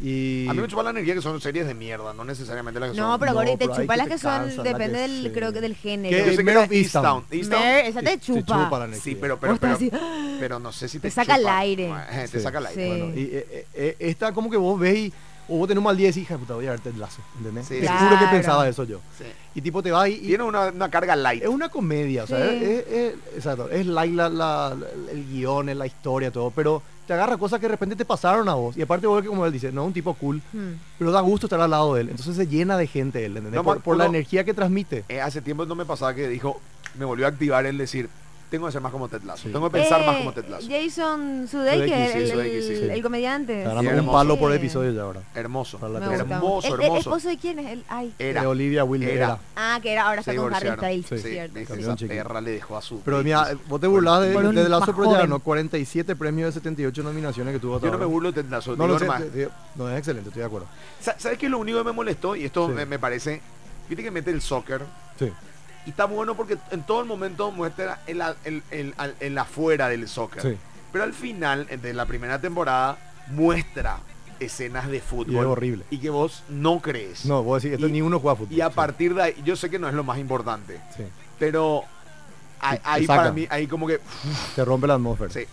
Speaker 4: Y...
Speaker 3: A mí me chupa la energía que son series de mierda, no necesariamente las que
Speaker 2: No,
Speaker 3: son.
Speaker 2: pero
Speaker 4: No,
Speaker 2: Gori, te
Speaker 4: pero hay
Speaker 2: chupa
Speaker 4: que
Speaker 2: las
Speaker 4: te
Speaker 2: que son,
Speaker 4: cansan, la
Speaker 2: depende
Speaker 4: que
Speaker 2: del,
Speaker 4: sí.
Speaker 2: creo que del
Speaker 4: ¿Qué?
Speaker 3: Yo
Speaker 2: género.
Speaker 3: sé que
Speaker 4: Mero
Speaker 3: era Easttown.
Speaker 4: Easttown.
Speaker 3: Easttown-
Speaker 2: Mer, esa te
Speaker 4: Te
Speaker 2: chupa.
Speaker 4: chupa la energía.
Speaker 3: Sí, pero, pero,
Speaker 2: Vos estás
Speaker 3: pero,
Speaker 2: así,
Speaker 3: pero no sé si te,
Speaker 2: Te saca el
Speaker 3: chupa.
Speaker 2: aire.
Speaker 3: Eh, Te
Speaker 4: Sí.
Speaker 3: saca el aire.
Speaker 2: Sí.
Speaker 4: Bueno, y, eh, eh, esta como que vos ves y... O vos tenés un mal día y decís, hija de puta, voy a ver Ted Lasso, ¿entendés?
Speaker 3: Sí,
Speaker 4: Te
Speaker 3: sí.
Speaker 4: juro que
Speaker 2: Claro.
Speaker 4: pensaba eso yo.
Speaker 3: Sí.
Speaker 4: Y tipo te vas y... y-
Speaker 3: Tiene una, una carga light.
Speaker 4: Es una comedia, o sea,
Speaker 2: Sí.
Speaker 4: es, es- exacto, es light la, la- la- el guión, es la historia, todo, pero te agarra cosas que de repente te pasaron a vos. Y aparte vos ves que como él dice, no, un tipo cool,
Speaker 2: Mm.
Speaker 4: pero da gusto estar al lado de él. Entonces se llena de gente él, ¿entendés?
Speaker 3: No,
Speaker 4: por
Speaker 3: man,
Speaker 4: por la
Speaker 3: uno-
Speaker 4: energía que transmite.
Speaker 3: Eh, hace tiempo no me pasaba que dijo, me volvió a activar el decir, tengo que ser más como Ted Lasso.
Speaker 4: Sí.
Speaker 3: Tengo que pensar más
Speaker 2: Eh,
Speaker 3: como Ted Lasso.
Speaker 2: Jason Sudeikis,
Speaker 4: Sudeikis, sí,
Speaker 2: el,
Speaker 3: Sudeikis, sí.
Speaker 2: el- el comediante.
Speaker 4: Te agarran
Speaker 3: Sí,
Speaker 4: un
Speaker 3: hermoso.
Speaker 4: palo por
Speaker 2: Sí.
Speaker 4: episodio ya ahora.
Speaker 3: Hermoso.
Speaker 4: Para la
Speaker 2: Me
Speaker 4: tele.
Speaker 2: gusta
Speaker 3: Hermoso,
Speaker 2: mucho. ¿El- ¿El,
Speaker 3: hermoso.
Speaker 2: esposo de quién es? El, ay.
Speaker 3: Era.
Speaker 4: De Olivia Wilde
Speaker 3: Era.
Speaker 4: era.
Speaker 2: Ah, que era, ahora
Speaker 3: Se
Speaker 2: está con Harry
Speaker 3: divorciaron.
Speaker 2: Styles,
Speaker 3: Sí,
Speaker 2: cierto.
Speaker 3: viste,
Speaker 4: Cambió
Speaker 3: esa
Speaker 4: un chiquito.
Speaker 3: perra le dejó a su.
Speaker 4: Pero
Speaker 3: Britney
Speaker 4: mira,
Speaker 3: Spears.
Speaker 4: vos te burlás de,
Speaker 2: Por un
Speaker 4: de Lazo,
Speaker 2: más
Speaker 4: pero ya
Speaker 2: joven.
Speaker 4: ganó 47 premios de 78 nominaciones que tuvo hasta
Speaker 3: Yo no me
Speaker 4: ahora.
Speaker 3: burlo de Ted Lasso.
Speaker 4: ¿eh? No,
Speaker 3: digo
Speaker 4: no, sé,
Speaker 3: nomás,
Speaker 4: te- te- no, es excelente, estoy de acuerdo.
Speaker 3: Sa- ¿Sabes qué? es Lo único que me molestó, y esto
Speaker 4: Sí.
Speaker 3: me, me parece, viste que mete el soccer.
Speaker 4: Sí.
Speaker 3: Y está bueno porque en todo el momento muestra el, a- el, el, al- el afuera del soccer.
Speaker 4: Sí.
Speaker 3: Pero al final eh, de la primera temporada muestra escenas de fútbol.
Speaker 4: Y es horrible.
Speaker 3: Y que vos no crees.
Speaker 4: No, vos decís, esto
Speaker 3: Y-
Speaker 4: ni uno juega fútbol.
Speaker 3: Y a
Speaker 4: Sí,
Speaker 3: partir de ahí, yo sé que no es lo más importante,
Speaker 4: sí.
Speaker 3: pero ahí,
Speaker 4: Te- te
Speaker 3: ahí
Speaker 4: saca.
Speaker 3: para mí, ahí como que... uff,
Speaker 4: Te rompe la atmósfera.
Speaker 3: Sí.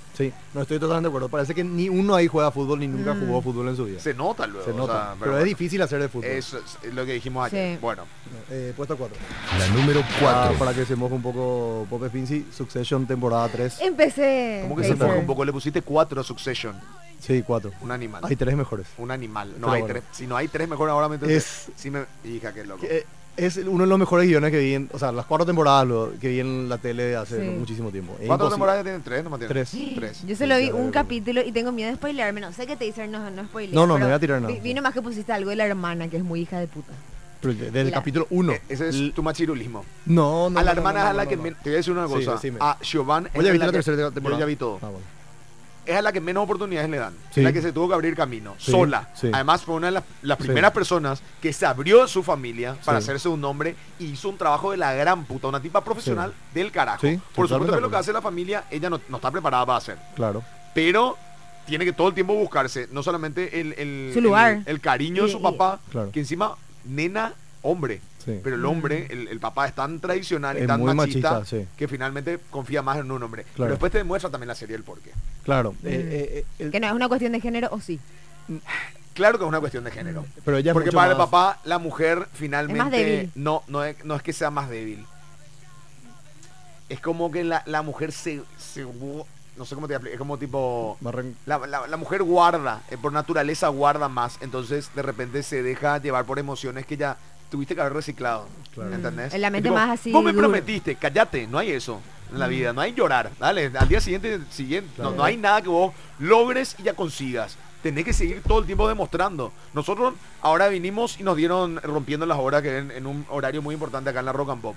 Speaker 4: no estoy totalmente de acuerdo. Parece que ni uno ahí juega fútbol ni nunca
Speaker 2: Mm.
Speaker 4: jugó fútbol en su vida.
Speaker 3: se nota luego.
Speaker 4: Se
Speaker 3: o
Speaker 4: nota.
Speaker 3: sea,
Speaker 4: pero es
Speaker 3: bueno,
Speaker 4: difícil hacer de fútbol.
Speaker 3: Eso es lo que dijimos ayer.
Speaker 2: Sí.
Speaker 3: Bueno,
Speaker 4: Eh, puesto 4.
Speaker 5: La número 4.
Speaker 4: para que se moje un poco Pope Finzi, Succession temporada
Speaker 2: Eh.
Speaker 4: 3.
Speaker 2: Empecé.
Speaker 3: como que se
Speaker 4: Paper.
Speaker 3: moja un poco. Le pusiste cuatro a Succession.
Speaker 4: Sí, 4.
Speaker 3: Un animal.
Speaker 4: Hay tres mejores.
Speaker 3: Un animal. No
Speaker 4: Pero
Speaker 3: hay
Speaker 4: bueno.
Speaker 3: tres. Si no hay tres, mejor ahora me entendés.
Speaker 4: Es-
Speaker 3: Sí me... Hija, qué loco.
Speaker 4: Eh, Es uno de los mejores guiones que vi en, o sea, las cuatro temporadas lo- que vi en la tele hace
Speaker 2: Sí.
Speaker 4: muchísimo tiempo. Es
Speaker 3: ¿Cuántas
Speaker 4: imposible.
Speaker 3: temporadas tienen? Tres, no me tienen.
Speaker 4: Tres.
Speaker 3: Tres.
Speaker 2: Yo solo
Speaker 4: Sí,
Speaker 2: vi
Speaker 4: ya,
Speaker 2: un
Speaker 4: ya, ya.
Speaker 2: capítulo y tengo miedo de spoilearme. No sé qué te dicen, no, no spoilees,
Speaker 4: No, no, me
Speaker 2: pero
Speaker 4: voy a tirar, no.
Speaker 2: vi- Vi nomás que pusiste algo de la hermana, que es muy hija de puta.
Speaker 4: Pero desde el
Speaker 2: La-
Speaker 4: capítulo 1.
Speaker 3: Eh, Ese es tu machirulismo.
Speaker 4: No, no.
Speaker 3: a la
Speaker 4: no, no,
Speaker 3: hermana
Speaker 4: no,
Speaker 3: es a la
Speaker 4: no,
Speaker 3: que...
Speaker 4: no.
Speaker 3: men- Te voy a decir una
Speaker 4: Sí,
Speaker 3: cosa.
Speaker 4: decime.
Speaker 3: a Giovanni...
Speaker 4: Vos ya
Speaker 3: es
Speaker 4: viste la
Speaker 3: que-
Speaker 4: tercera temporada.
Speaker 3: Yo ya vi todo.
Speaker 4: Ah, bueno.
Speaker 3: es a la que menos oportunidades le dan.
Speaker 4: Sí.
Speaker 3: Es la que se tuvo que abrir camino,
Speaker 4: Sí,
Speaker 3: sola.
Speaker 4: sí.
Speaker 3: Además, fue una de las, las
Speaker 4: Sí.
Speaker 3: primeras personas que se abrió su familia para
Speaker 4: Sí.
Speaker 3: hacerse un nombre y hizo un trabajo de la gran puta, una tipa profesional del carajo.
Speaker 4: Sí,
Speaker 3: Por
Speaker 4: totalmente
Speaker 3: supuesto
Speaker 4: de
Speaker 3: que lo que
Speaker 4: acuerdo.
Speaker 3: hace la familia, ella no, no está preparada para hacer.
Speaker 4: Claro.
Speaker 3: Pero tiene que todo el tiempo buscarse, no solamente el, el-
Speaker 2: Su lugar.
Speaker 3: el, el cariño de
Speaker 2: Y-
Speaker 3: su
Speaker 2: y-
Speaker 3: papá,
Speaker 4: Claro.
Speaker 3: que encima, nena, hombre.
Speaker 4: Sí.
Speaker 3: Pero el hombre, el, el papá es tan tradicional y
Speaker 4: Es
Speaker 3: tan
Speaker 4: muy
Speaker 3: machista,
Speaker 4: machista, sí.
Speaker 3: que finalmente confía más en un hombre. Pero
Speaker 4: Claro.
Speaker 3: después te demuestra también la serie el porqué.
Speaker 4: Claro.
Speaker 2: Mm.
Speaker 4: Eh, eh, eh, el-
Speaker 2: Que no es una cuestión de género, o sí.
Speaker 3: Claro que es una cuestión de género.
Speaker 4: pero ella es
Speaker 3: Porque
Speaker 4: mucho
Speaker 3: para el
Speaker 4: más-
Speaker 3: papá, la mujer finalmente.
Speaker 2: Es más débil.
Speaker 3: No, no es, no es que sea más débil. Es como que la, la mujer se, se gu- No sé cómo te explico. Es como tipo.
Speaker 4: Barran-
Speaker 3: La, la- la mujer guarda, eh, por naturaleza guarda más. Entonces, de repente se deja llevar por emociones que ya tuviste que haber reciclado.
Speaker 4: Claro.
Speaker 3: ¿Entendés?
Speaker 2: En la
Speaker 3: Es
Speaker 2: mente más así,
Speaker 3: Vos me
Speaker 2: duro".
Speaker 3: prometiste, callate, no hay eso en
Speaker 2: Mm.
Speaker 3: la vida, no hay llorar. Dale, al día siguiente, siguiente. No, no hay nada que vos logres y ya consigas. Tenés que seguir todo el tiempo demostrando. Nosotros ahora vinimos y nos dieron rompiendo las horas que en, en un horario muy importante acá en la Rock and Pop.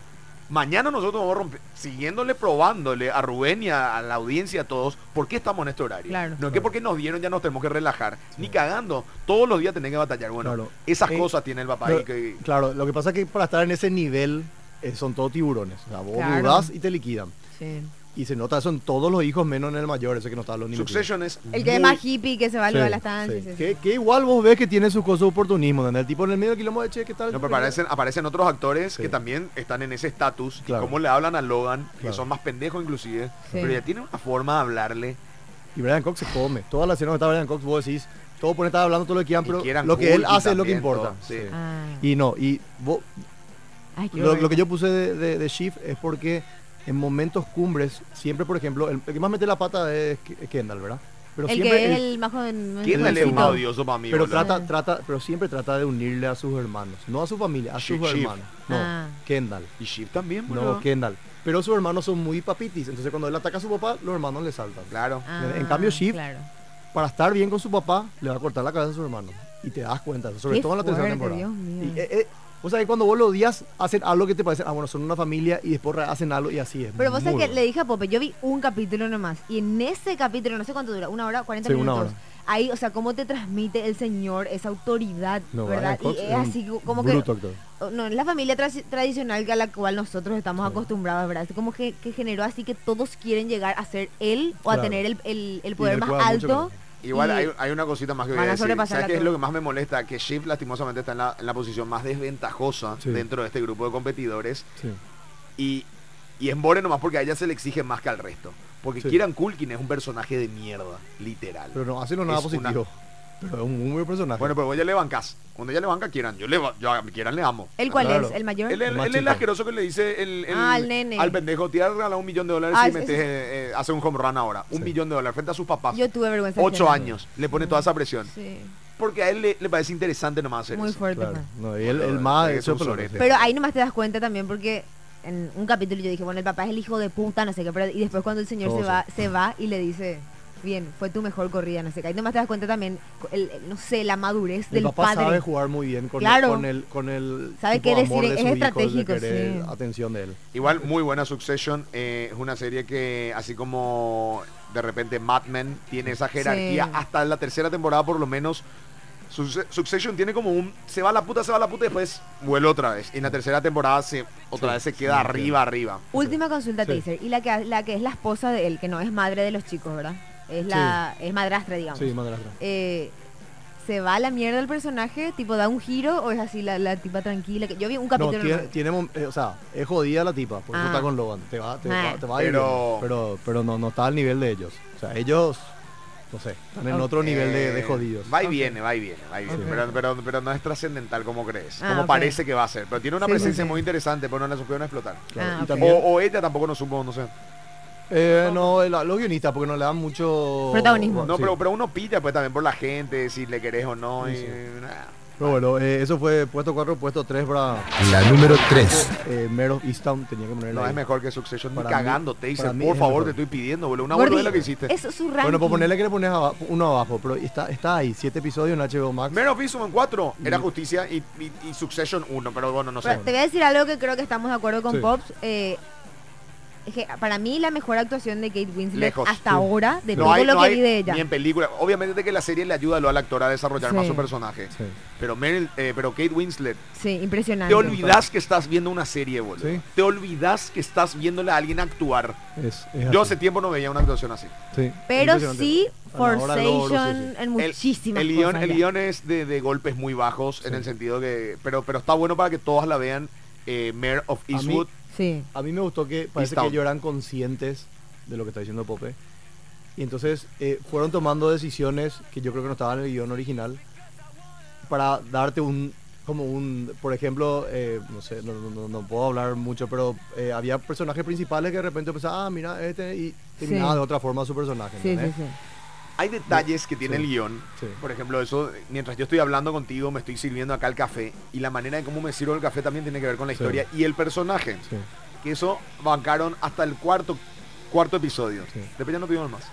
Speaker 3: Mañana nosotros vamos rompi- siguiéndole, probándole a Rubén y a, a la audiencia, a todos, por qué estamos en este horario.
Speaker 2: Claro.
Speaker 3: No es que porque nos dieron ya nos tenemos que relajar. Ni cagando. Todos los días tenés que batallar. Bueno,
Speaker 4: Claro.
Speaker 3: esas
Speaker 4: Eh,
Speaker 3: cosas tiene el papá
Speaker 4: Pero,
Speaker 3: ahí que...
Speaker 4: Claro, lo que pasa es que para estar en ese nivel eh, son todos tiburones. O sea, vos
Speaker 2: Claro.
Speaker 4: dudás y te liquidan.
Speaker 2: Sí.
Speaker 4: Y se nota eso en todos los hijos, menos en el mayor, ese que no está los niños.
Speaker 3: Succession es
Speaker 2: El que es
Speaker 3: muy-
Speaker 2: más hippie, que se va a la estancia. sí, sí.
Speaker 4: Que, que igual vos ves que tiene su cosa de oportunismo, ¿entendés? El tipo en el medio del quilombo de che, ¿qué tal?
Speaker 3: No, pero aparecen, aparecen otros actores
Speaker 4: Sí.
Speaker 3: que también están en ese estatus,
Speaker 4: Claro.
Speaker 3: y cómo le hablan a Logan, que
Speaker 4: Claro.
Speaker 3: son más pendejos inclusive,
Speaker 2: Sí.
Speaker 3: pero ya tiene una forma de hablarle.
Speaker 4: Y Brian Cox se come. Todas las escenas donde está Brian Cox, vos decís, todo pone estar hablando todo lo que quieran,
Speaker 3: Y
Speaker 4: pero
Speaker 3: quieran
Speaker 4: lo que él
Speaker 3: cool y
Speaker 4: hace es lo que
Speaker 3: también
Speaker 4: importa.
Speaker 3: todo, sí.
Speaker 4: Sí.
Speaker 2: Ah.
Speaker 4: Y no, y vos,
Speaker 2: Ay, qué
Speaker 4: Lo,
Speaker 2: horror.
Speaker 4: lo que yo puse de, de, de Shift es porque en momentos cumbres, siempre, por ejemplo, el, el que más mete la pata es Ke- Kendall, ¿verdad? Pero
Speaker 2: El
Speaker 4: siempre,
Speaker 2: que es
Speaker 4: el-
Speaker 2: el más joven.
Speaker 3: ¿Quién
Speaker 4: le
Speaker 3: le es un
Speaker 4: necesito-
Speaker 3: odioso para mí?
Speaker 4: pero
Speaker 3: boludo?
Speaker 4: trata, trata, pero siempre trata de unirle a sus hermanos, no a su familia, a sus
Speaker 3: Shiv- Shiv.
Speaker 4: hermanos. No,
Speaker 2: Ah.
Speaker 4: Kendall.
Speaker 3: Y Shiv también, boludo.
Speaker 4: No, Kendall. Pero sus hermanos son muy papitis, entonces cuando él ataca a su papá, los hermanos le saltan.
Speaker 3: Claro.
Speaker 2: Ah.
Speaker 4: en cambio, Shiv-
Speaker 2: Claro.
Speaker 4: Para estar bien con su papá, le va a cortar la cabeza a su hermano. Y te das cuenta, de eso, sobre
Speaker 2: Qué
Speaker 4: todo en la tercera
Speaker 2: fuerte,
Speaker 4: temporada.
Speaker 2: Dios mío.
Speaker 4: Y, eh, eh, o sea que cuando vos lo odias, hacen algo que te parece, ah, bueno, son una familia y después hacen algo y así es.
Speaker 2: Pero vos
Speaker 4: muy
Speaker 2: sabés que
Speaker 4: bueno.
Speaker 2: le dije a Pope, yo vi un capítulo nomás. Y en ese capítulo, no sé cuánto dura, una hora, 40
Speaker 4: Sí, una
Speaker 2: minutos.
Speaker 4: hora.
Speaker 2: Ahí, o sea, cómo te transmite el Señor esa autoridad,
Speaker 4: No,
Speaker 2: ¿verdad?
Speaker 4: Brian Cox
Speaker 2: y es
Speaker 4: es un
Speaker 2: así como
Speaker 4: bruto
Speaker 2: que.
Speaker 4: actor.
Speaker 2: No, es la familia tra- tradicional a la cual nosotros estamos
Speaker 4: Sí.
Speaker 2: acostumbrados, ¿verdad? Como que, que generó así que todos quieren llegar a ser él o
Speaker 4: Claro.
Speaker 2: a tener el, el- el
Speaker 4: Y
Speaker 2: poder
Speaker 4: le
Speaker 2: más
Speaker 4: juega mucho
Speaker 2: alto.
Speaker 4: con eso.
Speaker 3: Igual
Speaker 2: Y-
Speaker 3: hay, hay una cosita más que voy
Speaker 2: Van
Speaker 3: a
Speaker 2: a
Speaker 3: decir.
Speaker 2: sobrepasar
Speaker 3: ¿Sabes
Speaker 2: la
Speaker 3: qué es
Speaker 2: torre.
Speaker 3: lo que más me molesta? Que Shiv lastimosamente está en la, en la posición más desventajosa
Speaker 4: Sí.
Speaker 3: dentro de este grupo de competidores.
Speaker 4: Sí.
Speaker 3: Y, y es More nomás porque a ella se le exige más que al resto. Porque
Speaker 4: Sí.
Speaker 3: Kieran Culkin es un personaje de mierda, literal.
Speaker 4: Pero no, hace no nada
Speaker 3: Es una-
Speaker 4: positivo. Pero es un muy buen personaje.
Speaker 3: Bueno, pero vos ya le bancas. Cuando ella le banca, quieran. Yo, le, ba- yo a Kieran le amo.
Speaker 2: ¿El cuál
Speaker 4: Claro.
Speaker 2: es? ¿El mayor?
Speaker 3: Él, es-
Speaker 4: Más
Speaker 3: él es el
Speaker 4: chico.
Speaker 3: asqueroso que le dice el, el-
Speaker 2: Ah, al nene.
Speaker 3: al pendejo, te regala un millón de dólares
Speaker 2: Ah,
Speaker 3: y
Speaker 2: es-
Speaker 3: metes,
Speaker 2: es-
Speaker 3: eh, eh, hace un home run ahora. Un
Speaker 4: Sí.
Speaker 3: millón de dólares frente a sus papás.
Speaker 2: Yo tuve vergüenza.
Speaker 3: Ocho
Speaker 2: ajena.
Speaker 3: años. Le pone toda esa presión.
Speaker 2: Sí,
Speaker 3: Porque a él le, le parece interesante nomás hacer
Speaker 2: muy
Speaker 3: eso.
Speaker 2: fuerte.
Speaker 4: Claro.
Speaker 2: fue.
Speaker 4: No, y él,
Speaker 3: Pero,
Speaker 4: él más
Speaker 3: es
Speaker 4: hecho
Speaker 3: un
Speaker 4: pelota,
Speaker 3: sorete.
Speaker 4: sí.
Speaker 2: Pero ahí nomás te das cuenta también porque en un capítulo yo dije, bueno, el papá es el hijo de puta, no sé qué, pero y después cuando el señor se
Speaker 4: Todo
Speaker 2: va, se va y le dice, bien, fue tu mejor corrida, no sé qué. Ahí nomás te das cuenta también, el- el- no sé, la madurez
Speaker 4: el
Speaker 2: del
Speaker 4: papá
Speaker 2: padre.
Speaker 4: sabe jugar muy bien con,
Speaker 2: Claro.
Speaker 4: el, con el con el
Speaker 2: Sabe
Speaker 4: tipo
Speaker 2: qué
Speaker 4: amor
Speaker 2: decir,
Speaker 4: de
Speaker 2: es
Speaker 4: su hijo, el de
Speaker 2: estratégico,
Speaker 4: querer
Speaker 2: sí.
Speaker 4: atención de él.
Speaker 3: Igual, muy buena Succession. eh, es una serie que, así como de repente Mad Men tiene esa jerarquía,
Speaker 2: Sí.
Speaker 3: hasta la tercera temporada por lo menos. Succe- Succession tiene como un se va la puta, se va la puta y después vuelve otra vez. Y en la tercera temporada se otra
Speaker 4: Sí,
Speaker 3: vez se
Speaker 4: sí,
Speaker 3: queda arriba, arriba.
Speaker 2: Última consulta,
Speaker 4: Sí.
Speaker 2: Taser, y la que, la que es la esposa de él, que no es madre de los chicos, ¿verdad? es la es madrastra, digamos.
Speaker 4: Sí, madrastra.
Speaker 2: Eh, se va a la mierda el personaje, tipo da un giro o es así la, la tipa tranquila. que Yo vi un
Speaker 4: No,
Speaker 2: capítulo.
Speaker 4: tiene,
Speaker 2: nomás.
Speaker 4: tiene mom- eh, o sea, es jodida la tipa, por
Speaker 2: Ah.
Speaker 4: eso está con Logan. Te va, te
Speaker 2: Ah.
Speaker 4: va, te va a ir
Speaker 3: Pero-
Speaker 4: bien, pero, pero no, no está al nivel de ellos. O sea, ellos, no sé, están en
Speaker 2: Ok.
Speaker 4: otro nivel de, de
Speaker 3: Eh,
Speaker 4: jodidos.
Speaker 3: Va y viene, va y viene, va y viene.
Speaker 4: Ok.
Speaker 3: Pero, pero, pero no es trascendental como crees,
Speaker 2: Ah,
Speaker 3: como
Speaker 2: ok.
Speaker 3: parece que va a ser. Pero tiene una
Speaker 2: Sí, sí,
Speaker 3: presencia
Speaker 2: sí.
Speaker 3: muy interesante, pero no la supieron explotar.
Speaker 4: Claro,
Speaker 2: Ah, ok.
Speaker 4: y
Speaker 3: O,
Speaker 4: también-
Speaker 3: o ella tampoco no supo, no sé.
Speaker 4: Eh, no, el- los guionistas, porque no le dan mucho...
Speaker 2: Protagonismo.
Speaker 3: No,
Speaker 4: Sí.
Speaker 3: pero, pero uno pilla pues también por la gente, si le querés o no. y-
Speaker 4: Sí, sí.
Speaker 3: nah.
Speaker 4: Pero bueno, eh, eso fue puesto 4, puesto 3 para
Speaker 5: La número 3.
Speaker 4: eh, Mero Easttown. Tenía que ponerle
Speaker 3: No
Speaker 4: ahí.
Speaker 3: es mejor que Succession ni
Speaker 4: Para mí-
Speaker 3: cagando, te dice,
Speaker 4: para mí
Speaker 3: por
Speaker 4: es
Speaker 3: favor,
Speaker 4: mejor.
Speaker 3: te estoy pidiendo, boludo. Una
Speaker 2: Gordi,
Speaker 3: boludez lo que hiciste.
Speaker 2: Eso es su ranking.
Speaker 4: Bueno, pues ponerle que le pones aba- uno abajo, pero está, está ahí, 7 episodios en HBO Max.
Speaker 3: Menos Visum en 4 era
Speaker 4: Mm.
Speaker 3: justicia y, y- y Succession 1, pero bueno, no sé.
Speaker 2: Pero te voy a decir algo que creo que estamos de acuerdo con
Speaker 4: Sí.
Speaker 2: Pops. eh, es que para mí la mejor actuación de Kate Winslet
Speaker 3: Lejos.
Speaker 2: hasta
Speaker 3: Sí.
Speaker 2: ahora, de
Speaker 3: No
Speaker 2: todo
Speaker 3: hay-
Speaker 2: este lo
Speaker 3: no
Speaker 2: que
Speaker 3: hay
Speaker 2: vi de ella.
Speaker 3: Ni en película. Obviamente que la serie le ayuda a la actora a desarrollar más
Speaker 2: Sí.
Speaker 3: su personaje.
Speaker 4: Sí.
Speaker 3: Pero Meryl, eh, pero Kate Winslet,
Speaker 2: Sí, impresionante.
Speaker 3: te olvidas que estás viendo una serie, boludo.
Speaker 4: Sí.
Speaker 3: Te olvidas que estás viéndole a alguien actuar.
Speaker 4: Es, es
Speaker 3: Yo
Speaker 4: así.
Speaker 3: hace tiempo no veía una actuación así.
Speaker 4: Sí,
Speaker 2: Pero
Speaker 4: impresionante.
Speaker 2: sí,
Speaker 4: Bueno, ahora
Speaker 2: Forzation
Speaker 4: logro, sí, sí.
Speaker 2: en
Speaker 3: El-
Speaker 2: muchísimas
Speaker 3: el, guión,
Speaker 2: cosas
Speaker 3: el
Speaker 2: ya.
Speaker 3: guión es de, de golpes muy bajos en
Speaker 4: Sí.
Speaker 3: el sentido que pero pero está bueno para que todas la vean eh, Mare of
Speaker 4: mí-
Speaker 3: Eastwood
Speaker 2: Sí.
Speaker 4: A mí me gustó que parece que
Speaker 3: Easttown.
Speaker 4: ellos eran conscientes de lo que está diciendo Pope. Y entonces eh, fueron tomando decisiones que yo creo que no estaban en el guión original para darte un, como un, por ejemplo, eh, no sé, no, no- no- no puedo hablar mucho, pero eh, había personajes principales que de repente pensaban, ah, mira, este, y terminaba
Speaker 2: Sí.
Speaker 4: de otra forma su personaje.
Speaker 2: Sí, sí,
Speaker 4: ¿entendés?
Speaker 2: sí.
Speaker 3: hay detalles que tiene
Speaker 4: Sí.
Speaker 3: el guión
Speaker 4: Sí.
Speaker 3: por ejemplo eso eh, mientras yo estoy hablando contigo me estoy sirviendo acá el café y la manera de cómo me sirvo el café también tiene que ver con la
Speaker 4: Sí.
Speaker 3: historia y el personaje
Speaker 4: sí.
Speaker 3: que eso bancaron hasta el cuarto cuarto episodio
Speaker 4: Sí.
Speaker 3: después ya no pidieron más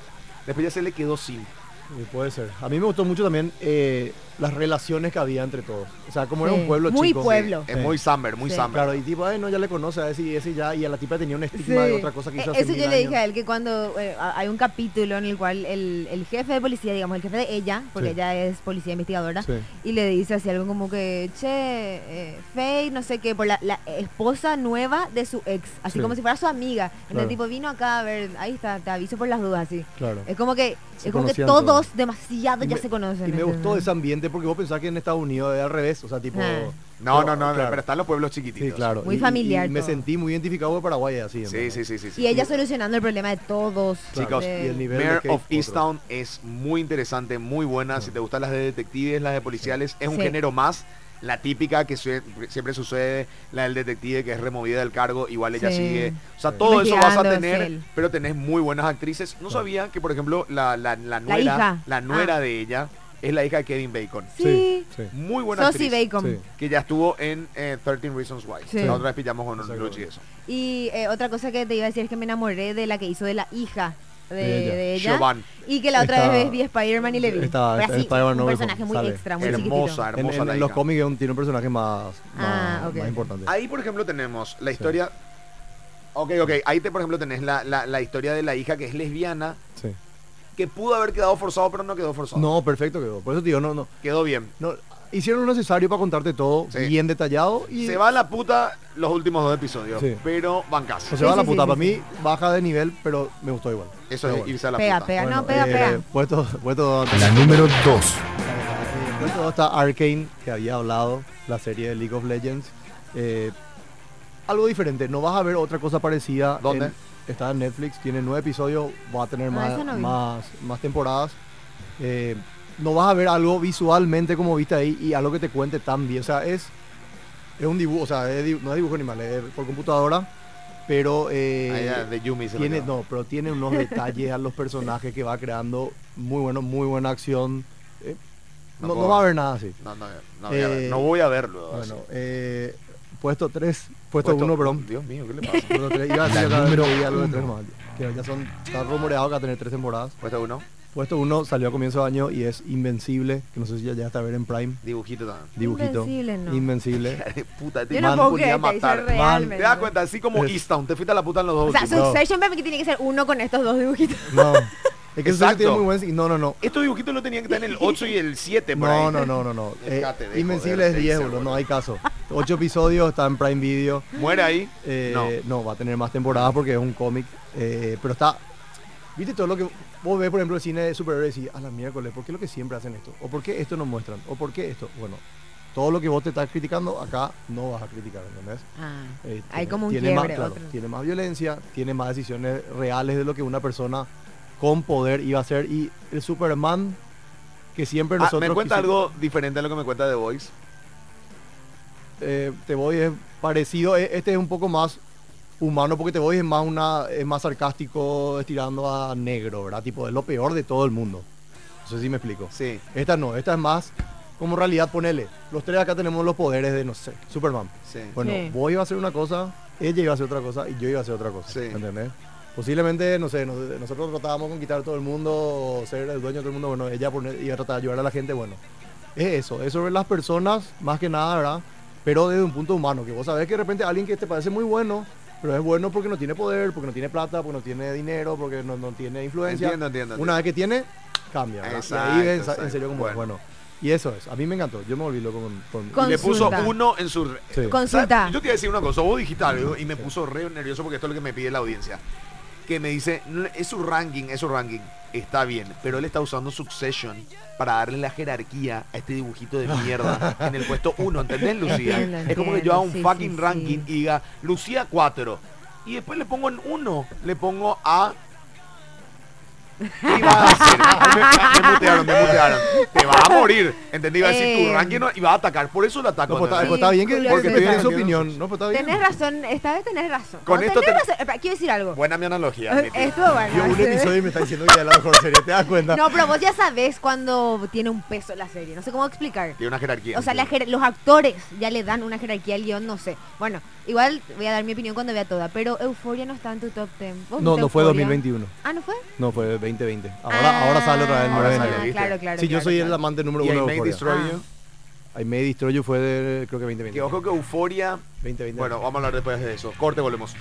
Speaker 3: después ya se le quedó sin
Speaker 4: Sí, puede ser. A mí me gustó mucho también eh, las relaciones que había entre todos. O sea, como era
Speaker 2: Sí,
Speaker 4: un pueblo
Speaker 2: muy
Speaker 4: chico.
Speaker 2: pueblo.
Speaker 3: es
Speaker 4: Sí.
Speaker 3: muy Summer muy
Speaker 2: Sí.
Speaker 3: Summer
Speaker 4: Claro, y tipo, ay, no, ya le conoce a ese y ese ya, y a la tipa tenía un estigma de
Speaker 2: Sí.
Speaker 4: otra cosa que
Speaker 2: Eh,
Speaker 4: hizo hace
Speaker 2: Eso
Speaker 4: mil
Speaker 2: yo le dije
Speaker 4: años.
Speaker 2: a él que cuando eh, a- hay un capítulo en el cual el, el jefe de policía, digamos, el jefe de ella, porque
Speaker 4: Sí.
Speaker 2: ella es policía investigadora,
Speaker 4: Sí.
Speaker 2: y le dice así algo como que, che, eh, Faye, no sé qué, por la, la esposa nueva de su ex, así
Speaker 4: Sí.
Speaker 2: como si fuera su amiga. Entonces
Speaker 4: Claro.
Speaker 2: tipo vino acá a ver, ahí está, te aviso por las dudas, así.
Speaker 4: Claro.
Speaker 2: Es como que,
Speaker 4: Se
Speaker 2: es como que
Speaker 4: conocían
Speaker 2: todos,
Speaker 4: todos.
Speaker 2: demasiado
Speaker 4: Y
Speaker 2: ya
Speaker 4: me-
Speaker 2: se conocen.
Speaker 4: Y me gustó
Speaker 2: ¿entendés?
Speaker 4: ese ambiente porque vos pensás que en Estados Unidos es al revés, o sea, tipo...
Speaker 2: Ah.
Speaker 3: no
Speaker 4: pero-
Speaker 3: no no
Speaker 4: claro.
Speaker 3: pero están los pueblos chiquititos
Speaker 4: Sí, claro.
Speaker 2: Muy
Speaker 4: Y- y-
Speaker 2: familiar
Speaker 4: y me
Speaker 2: todo.
Speaker 4: sentí muy identificado con Paraguay así.
Speaker 3: sí
Speaker 4: ¿entendés?
Speaker 3: sí sí sí, sí.
Speaker 2: Y ella solucionando el problema de todos.
Speaker 3: Chicos,
Speaker 2: de-
Speaker 4: y el nivel
Speaker 3: Mayor
Speaker 4: de
Speaker 3: of
Speaker 4: Kate, otro.
Speaker 3: Easttown es muy interesante, muy buena. Si te gustan las de detectives, las de policiales, es un
Speaker 2: Sí.
Speaker 3: género más. La típica que sue- siempre sucede, la del detective que es removida del cargo, igual ella
Speaker 2: Sí.
Speaker 3: sigue. O sea,
Speaker 4: Sí.
Speaker 3: todo eso vas a
Speaker 2: Investigando,
Speaker 3: tener,
Speaker 2: sí.
Speaker 3: pero tenés muy buenas actrices. No sabía que, por ejemplo, la, la, la nuera,
Speaker 2: hija.
Speaker 3: la nuera
Speaker 2: Ah.
Speaker 3: de ella es la hija de Kevin Bacon.
Speaker 2: Sí.
Speaker 4: Sí.
Speaker 3: Muy buena
Speaker 2: Sosie
Speaker 3: actriz.
Speaker 2: Bacon.
Speaker 4: Sí.
Speaker 3: Que ya estuvo en eh, 13 Reasons Why.
Speaker 2: Sí.
Speaker 3: La otra vez pillamos con
Speaker 4: Exacto.
Speaker 3: Luchi eso.
Speaker 2: Y eh, otra cosa que te iba a decir es que me enamoré de la que hizo de la hija de,
Speaker 4: De ella.
Speaker 2: de ella.
Speaker 3: Siobhan.
Speaker 2: Y que la otra
Speaker 4: Está-
Speaker 2: vez vi Spider-Man y le vi.
Speaker 4: está-
Speaker 2: Pero
Speaker 4: está
Speaker 2: así,
Speaker 4: Spider-Man
Speaker 2: un
Speaker 4: Novel
Speaker 2: personaje
Speaker 4: Home,
Speaker 2: muy
Speaker 4: sale.
Speaker 2: extra, muy
Speaker 3: Hermosa,
Speaker 2: chiquitito.
Speaker 4: En,
Speaker 3: hermosa
Speaker 4: en-
Speaker 3: la
Speaker 4: en los
Speaker 3: hija.
Speaker 4: cómics aún tiene un personaje más, más,
Speaker 2: Ah, ok.
Speaker 4: más importante.
Speaker 3: Ahí, por ejemplo, tenemos la historia. Ok, ok. Ahí, te, por ejemplo, tenés la, la- la historia de la hija que es lesbiana,
Speaker 4: Sí.
Speaker 3: que pudo haber quedado forzado, pero no quedó forzado.
Speaker 4: No, perfecto quedó. Por eso te digo, no, no.
Speaker 3: Quedó bien.
Speaker 4: no hicieron lo necesario para contarte todo
Speaker 3: Sí.
Speaker 4: bien detallado y
Speaker 3: Se va a la puta los últimos dos episodios,
Speaker 4: Sí.
Speaker 3: pero bancas.
Speaker 4: O
Speaker 2: Sí,
Speaker 4: se va a la
Speaker 2: sí,
Speaker 4: puta.
Speaker 2: sí,
Speaker 4: para
Speaker 2: sí.
Speaker 4: mí baja de nivel, pero me gustó igual.
Speaker 3: Eso es
Speaker 4: Pero bueno.
Speaker 3: irse a la
Speaker 2: Pega,
Speaker 3: puta.
Speaker 2: pega. no,
Speaker 4: Bueno,
Speaker 2: pega,
Speaker 4: eh,
Speaker 2: pega.
Speaker 4: Puesto, puesto,
Speaker 5: La número 2.
Speaker 4: puesto hasta Arkane, que había hablado, la serie de League of Legends. eh, algo diferente, no vas a ver otra cosa parecida.
Speaker 3: ¿Dónde?
Speaker 4: en- está en Netflix, tiene nueve episodios, va a tener
Speaker 2: Ah,
Speaker 4: más,
Speaker 2: esa no vi.
Speaker 4: más, más temporadas. Eh, no vas a ver algo visualmente como viste ahí y algo que te cuente tan bien. O sea, es, es un dibujo, o sea, es dibu- no es dibujo animal, es por computadora, pero... eh,
Speaker 3: Ahí Ah, ya, de Yumi se lo
Speaker 4: tiene,
Speaker 3: quedó.
Speaker 4: no, pero tiene unos detalles a los personajes que va creando. Muy bueno, muy buena acción. Eh,
Speaker 3: No
Speaker 4: no, no
Speaker 3: puedo.
Speaker 4: va a haber nada así.
Speaker 3: No, no, no voy a ver-
Speaker 4: Eh,
Speaker 3: no voy a verlo. así.
Speaker 4: Bueno, eh, puesto 3, puesto 1, perdón.
Speaker 3: Dios mío, ¿qué le pasa?
Speaker 4: Puesto tres, iba a decir
Speaker 5: La
Speaker 4: otra vez,
Speaker 5: número
Speaker 4: pero ya lo de
Speaker 5: uno.
Speaker 4: tres nomás, que ya son, está rumoreado que va a tener tres temporadas.
Speaker 3: Puesto uno,
Speaker 4: Puesto 1 salió a comienzo de año y es Invencible, que no sé si ya, ya está a ver en Prime.
Speaker 3: dibujito también.
Speaker 4: Dibujito.
Speaker 2: Invencible, no.
Speaker 4: Invencible.
Speaker 3: Puta, este
Speaker 2: Yo
Speaker 3: te
Speaker 2: no
Speaker 4: Man,
Speaker 2: puedo
Speaker 3: podía
Speaker 2: creer, te hizo
Speaker 3: matar.
Speaker 2: realmente.
Speaker 3: ¿Te das cuenta? Así como Easttown, te fuiste a la puta en los dos
Speaker 2: O sea,
Speaker 3: últimos.
Speaker 2: Succession para mí que tiene que ser uno con estos dos dibujitos.
Speaker 4: No. Es que eso sí
Speaker 3: Exacto.
Speaker 4: tiene muy buen. No, no, no.
Speaker 3: Estos dibujitos lo tenían que estar en el 8 y el 7 Este por ahí.
Speaker 4: No, no, no, no, no. Eh,
Speaker 3: Dejate de
Speaker 4: Invencible
Speaker 3: joder,
Speaker 4: es 10,
Speaker 3: Taser,
Speaker 4: boludo,
Speaker 3: boludo.
Speaker 4: no hay caso. Ocho episodios, está en Prime Video.
Speaker 3: ¿Muere ahí?
Speaker 4: Eh,
Speaker 3: no.
Speaker 4: no. va a tener más temporadas porque es un cómic. eh, pero está. Viste todo lo que vos ves, por ejemplo, el cine de superhéroes y decís, a la miércoles, ¿por qué lo que siempre hacen esto? ¿O por qué esto no muestran? ¿O por qué esto? Bueno, todo lo que vos te estás criticando, acá no vas a criticar, ¿entendés?
Speaker 2: Ah,
Speaker 4: Eh,
Speaker 2: hay
Speaker 4: tiene-
Speaker 2: como un
Speaker 4: tiene
Speaker 2: quiebre.
Speaker 4: más, claro,
Speaker 2: otro.
Speaker 4: tiene más violencia, tiene más decisiones reales de lo que una persona con poder iba a hacer. Y el Superman, que siempre
Speaker 3: Ah,
Speaker 4: nosotros...
Speaker 3: me cuenta
Speaker 4: quisimos-
Speaker 3: algo diferente a lo que me cuenta The Voice.
Speaker 4: eh, te voy es parecido, e- este es un poco más humano porque te voy es más una es más sarcástico estirando a negro, ¿verdad? Tipo, es lo peor de todo el mundo. No sé si me explico.
Speaker 3: Sí.
Speaker 4: Esta no, esta es más como realidad, ponele. Los tres acá tenemos los poderes de, no sé, Superman.
Speaker 3: Sí.
Speaker 4: Bueno,
Speaker 2: Sí.
Speaker 4: vos ibas a hacer una cosa, ella iba a hacer otra cosa y yo iba a hacer otra cosa.
Speaker 3: Sí.
Speaker 4: ¿Entendés? Posiblemente, no sé, nos- nosotros tratábamos con quitar todo el mundo, o ser el dueño de todo el mundo, bueno, ella pone- iba a tratar de ayudar a la gente, bueno. Es eso, es sobre las personas, más que nada, ¿verdad? Pero desde un punto humano, que vos sabés que de repente alguien que te parece muy bueno, pero es bueno porque no tiene poder, porque no tiene plata, porque no tiene dinero, porque no, no tiene influencia.
Speaker 3: Entiendo, entiendo,
Speaker 4: Una vez que tiene, cambia. ¿verdad? y ahí
Speaker 3: Exacto,
Speaker 4: ves en
Speaker 3: exacto.
Speaker 4: serio como, es,
Speaker 3: Bueno.
Speaker 4: bueno. Y eso es, a mí me encantó, yo me volví loco con... con-
Speaker 2: Con-
Speaker 3: Le puso
Speaker 2: Consulta.
Speaker 3: uno en su... re-
Speaker 4: Sí.
Speaker 2: Consulta.
Speaker 3: ¿Sabes? Yo te iba a decir una cosa, vos dijiste algo y me puso re nervioso porque esto es lo que me pide la audiencia. Que me dice, "No, es su ranking, es su ranking. Está bien, pero él está usando Succession para darle la jerarquía a este dibujito de mierda en el puesto 1, ¿entendés, Lucía?
Speaker 2: Entiendo,
Speaker 3: es como que
Speaker 2: entiendo,
Speaker 3: yo haga un
Speaker 2: sí, sí,
Speaker 3: fucking
Speaker 2: sí.
Speaker 3: ranking y diga, Lucía 4. Y después le pongo en 1, le pongo a... ¿Qué iba a hacer? Ay, me, me mutearon, me mutearon. Te vas a morir, ¿entendí? Iba a decir tu
Speaker 2: Eh.
Speaker 3: ranking no- y vas a atacar. Por eso lo ataco.
Speaker 4: No, pues, está,
Speaker 3: ¿entendés?
Speaker 4: pues, está bien que
Speaker 2: Sí,
Speaker 4: porque
Speaker 2: curioso.
Speaker 4: te su
Speaker 3: Sí.
Speaker 4: opinión. No, pues está bien.
Speaker 2: Tenés razón, esta vez tenés razón.
Speaker 3: Con
Speaker 2: No,
Speaker 3: esto
Speaker 2: tenés
Speaker 3: te-
Speaker 2: razón. Espera, Quiero decir algo.
Speaker 3: Buena mi
Speaker 2: Eh,
Speaker 3: analogía. admití.
Speaker 2: Estuvo bueno.
Speaker 4: Yo un
Speaker 2: ¿sí?
Speaker 4: episodio y me está diciendo que es la mejor serie, ¿te das cuenta?
Speaker 2: No, pero vos ya sabés cuando tiene un peso la serie. No sé cómo explicar.
Speaker 3: Tiene una jerarquía.
Speaker 2: O sea, la jer- los actores ya le dan una jerarquía al guión, no sé. Bueno, igual voy a dar mi opinión cuando vea toda, pero Euforia no está en tu top 10. ¿Vos
Speaker 4: No,
Speaker 2: viste
Speaker 4: no fue
Speaker 2: Euphoria?
Speaker 4: 2021.
Speaker 2: Ah, ¿no fue?
Speaker 4: No, fue 2020. Ahora, ahora sale otra vez el
Speaker 2: Ah,
Speaker 3: ahora
Speaker 4: 9 de
Speaker 3: sale,
Speaker 4: enero.
Speaker 3: ¿viste?
Speaker 2: Claro, Ah, claro.
Speaker 4: Sí, yo
Speaker 2: claro,
Speaker 4: soy
Speaker 2: claro.
Speaker 4: el amante número
Speaker 3: Y I
Speaker 4: uno de
Speaker 3: May
Speaker 4: Euphoria.
Speaker 3: Destroy
Speaker 2: Ah.
Speaker 3: You.
Speaker 4: I May Destroy You fue, de, creo que 2020.
Speaker 3: Que ojo que euforia.
Speaker 4: 2020.
Speaker 3: Bueno, vamos a hablar después de eso. Corte, volvemos.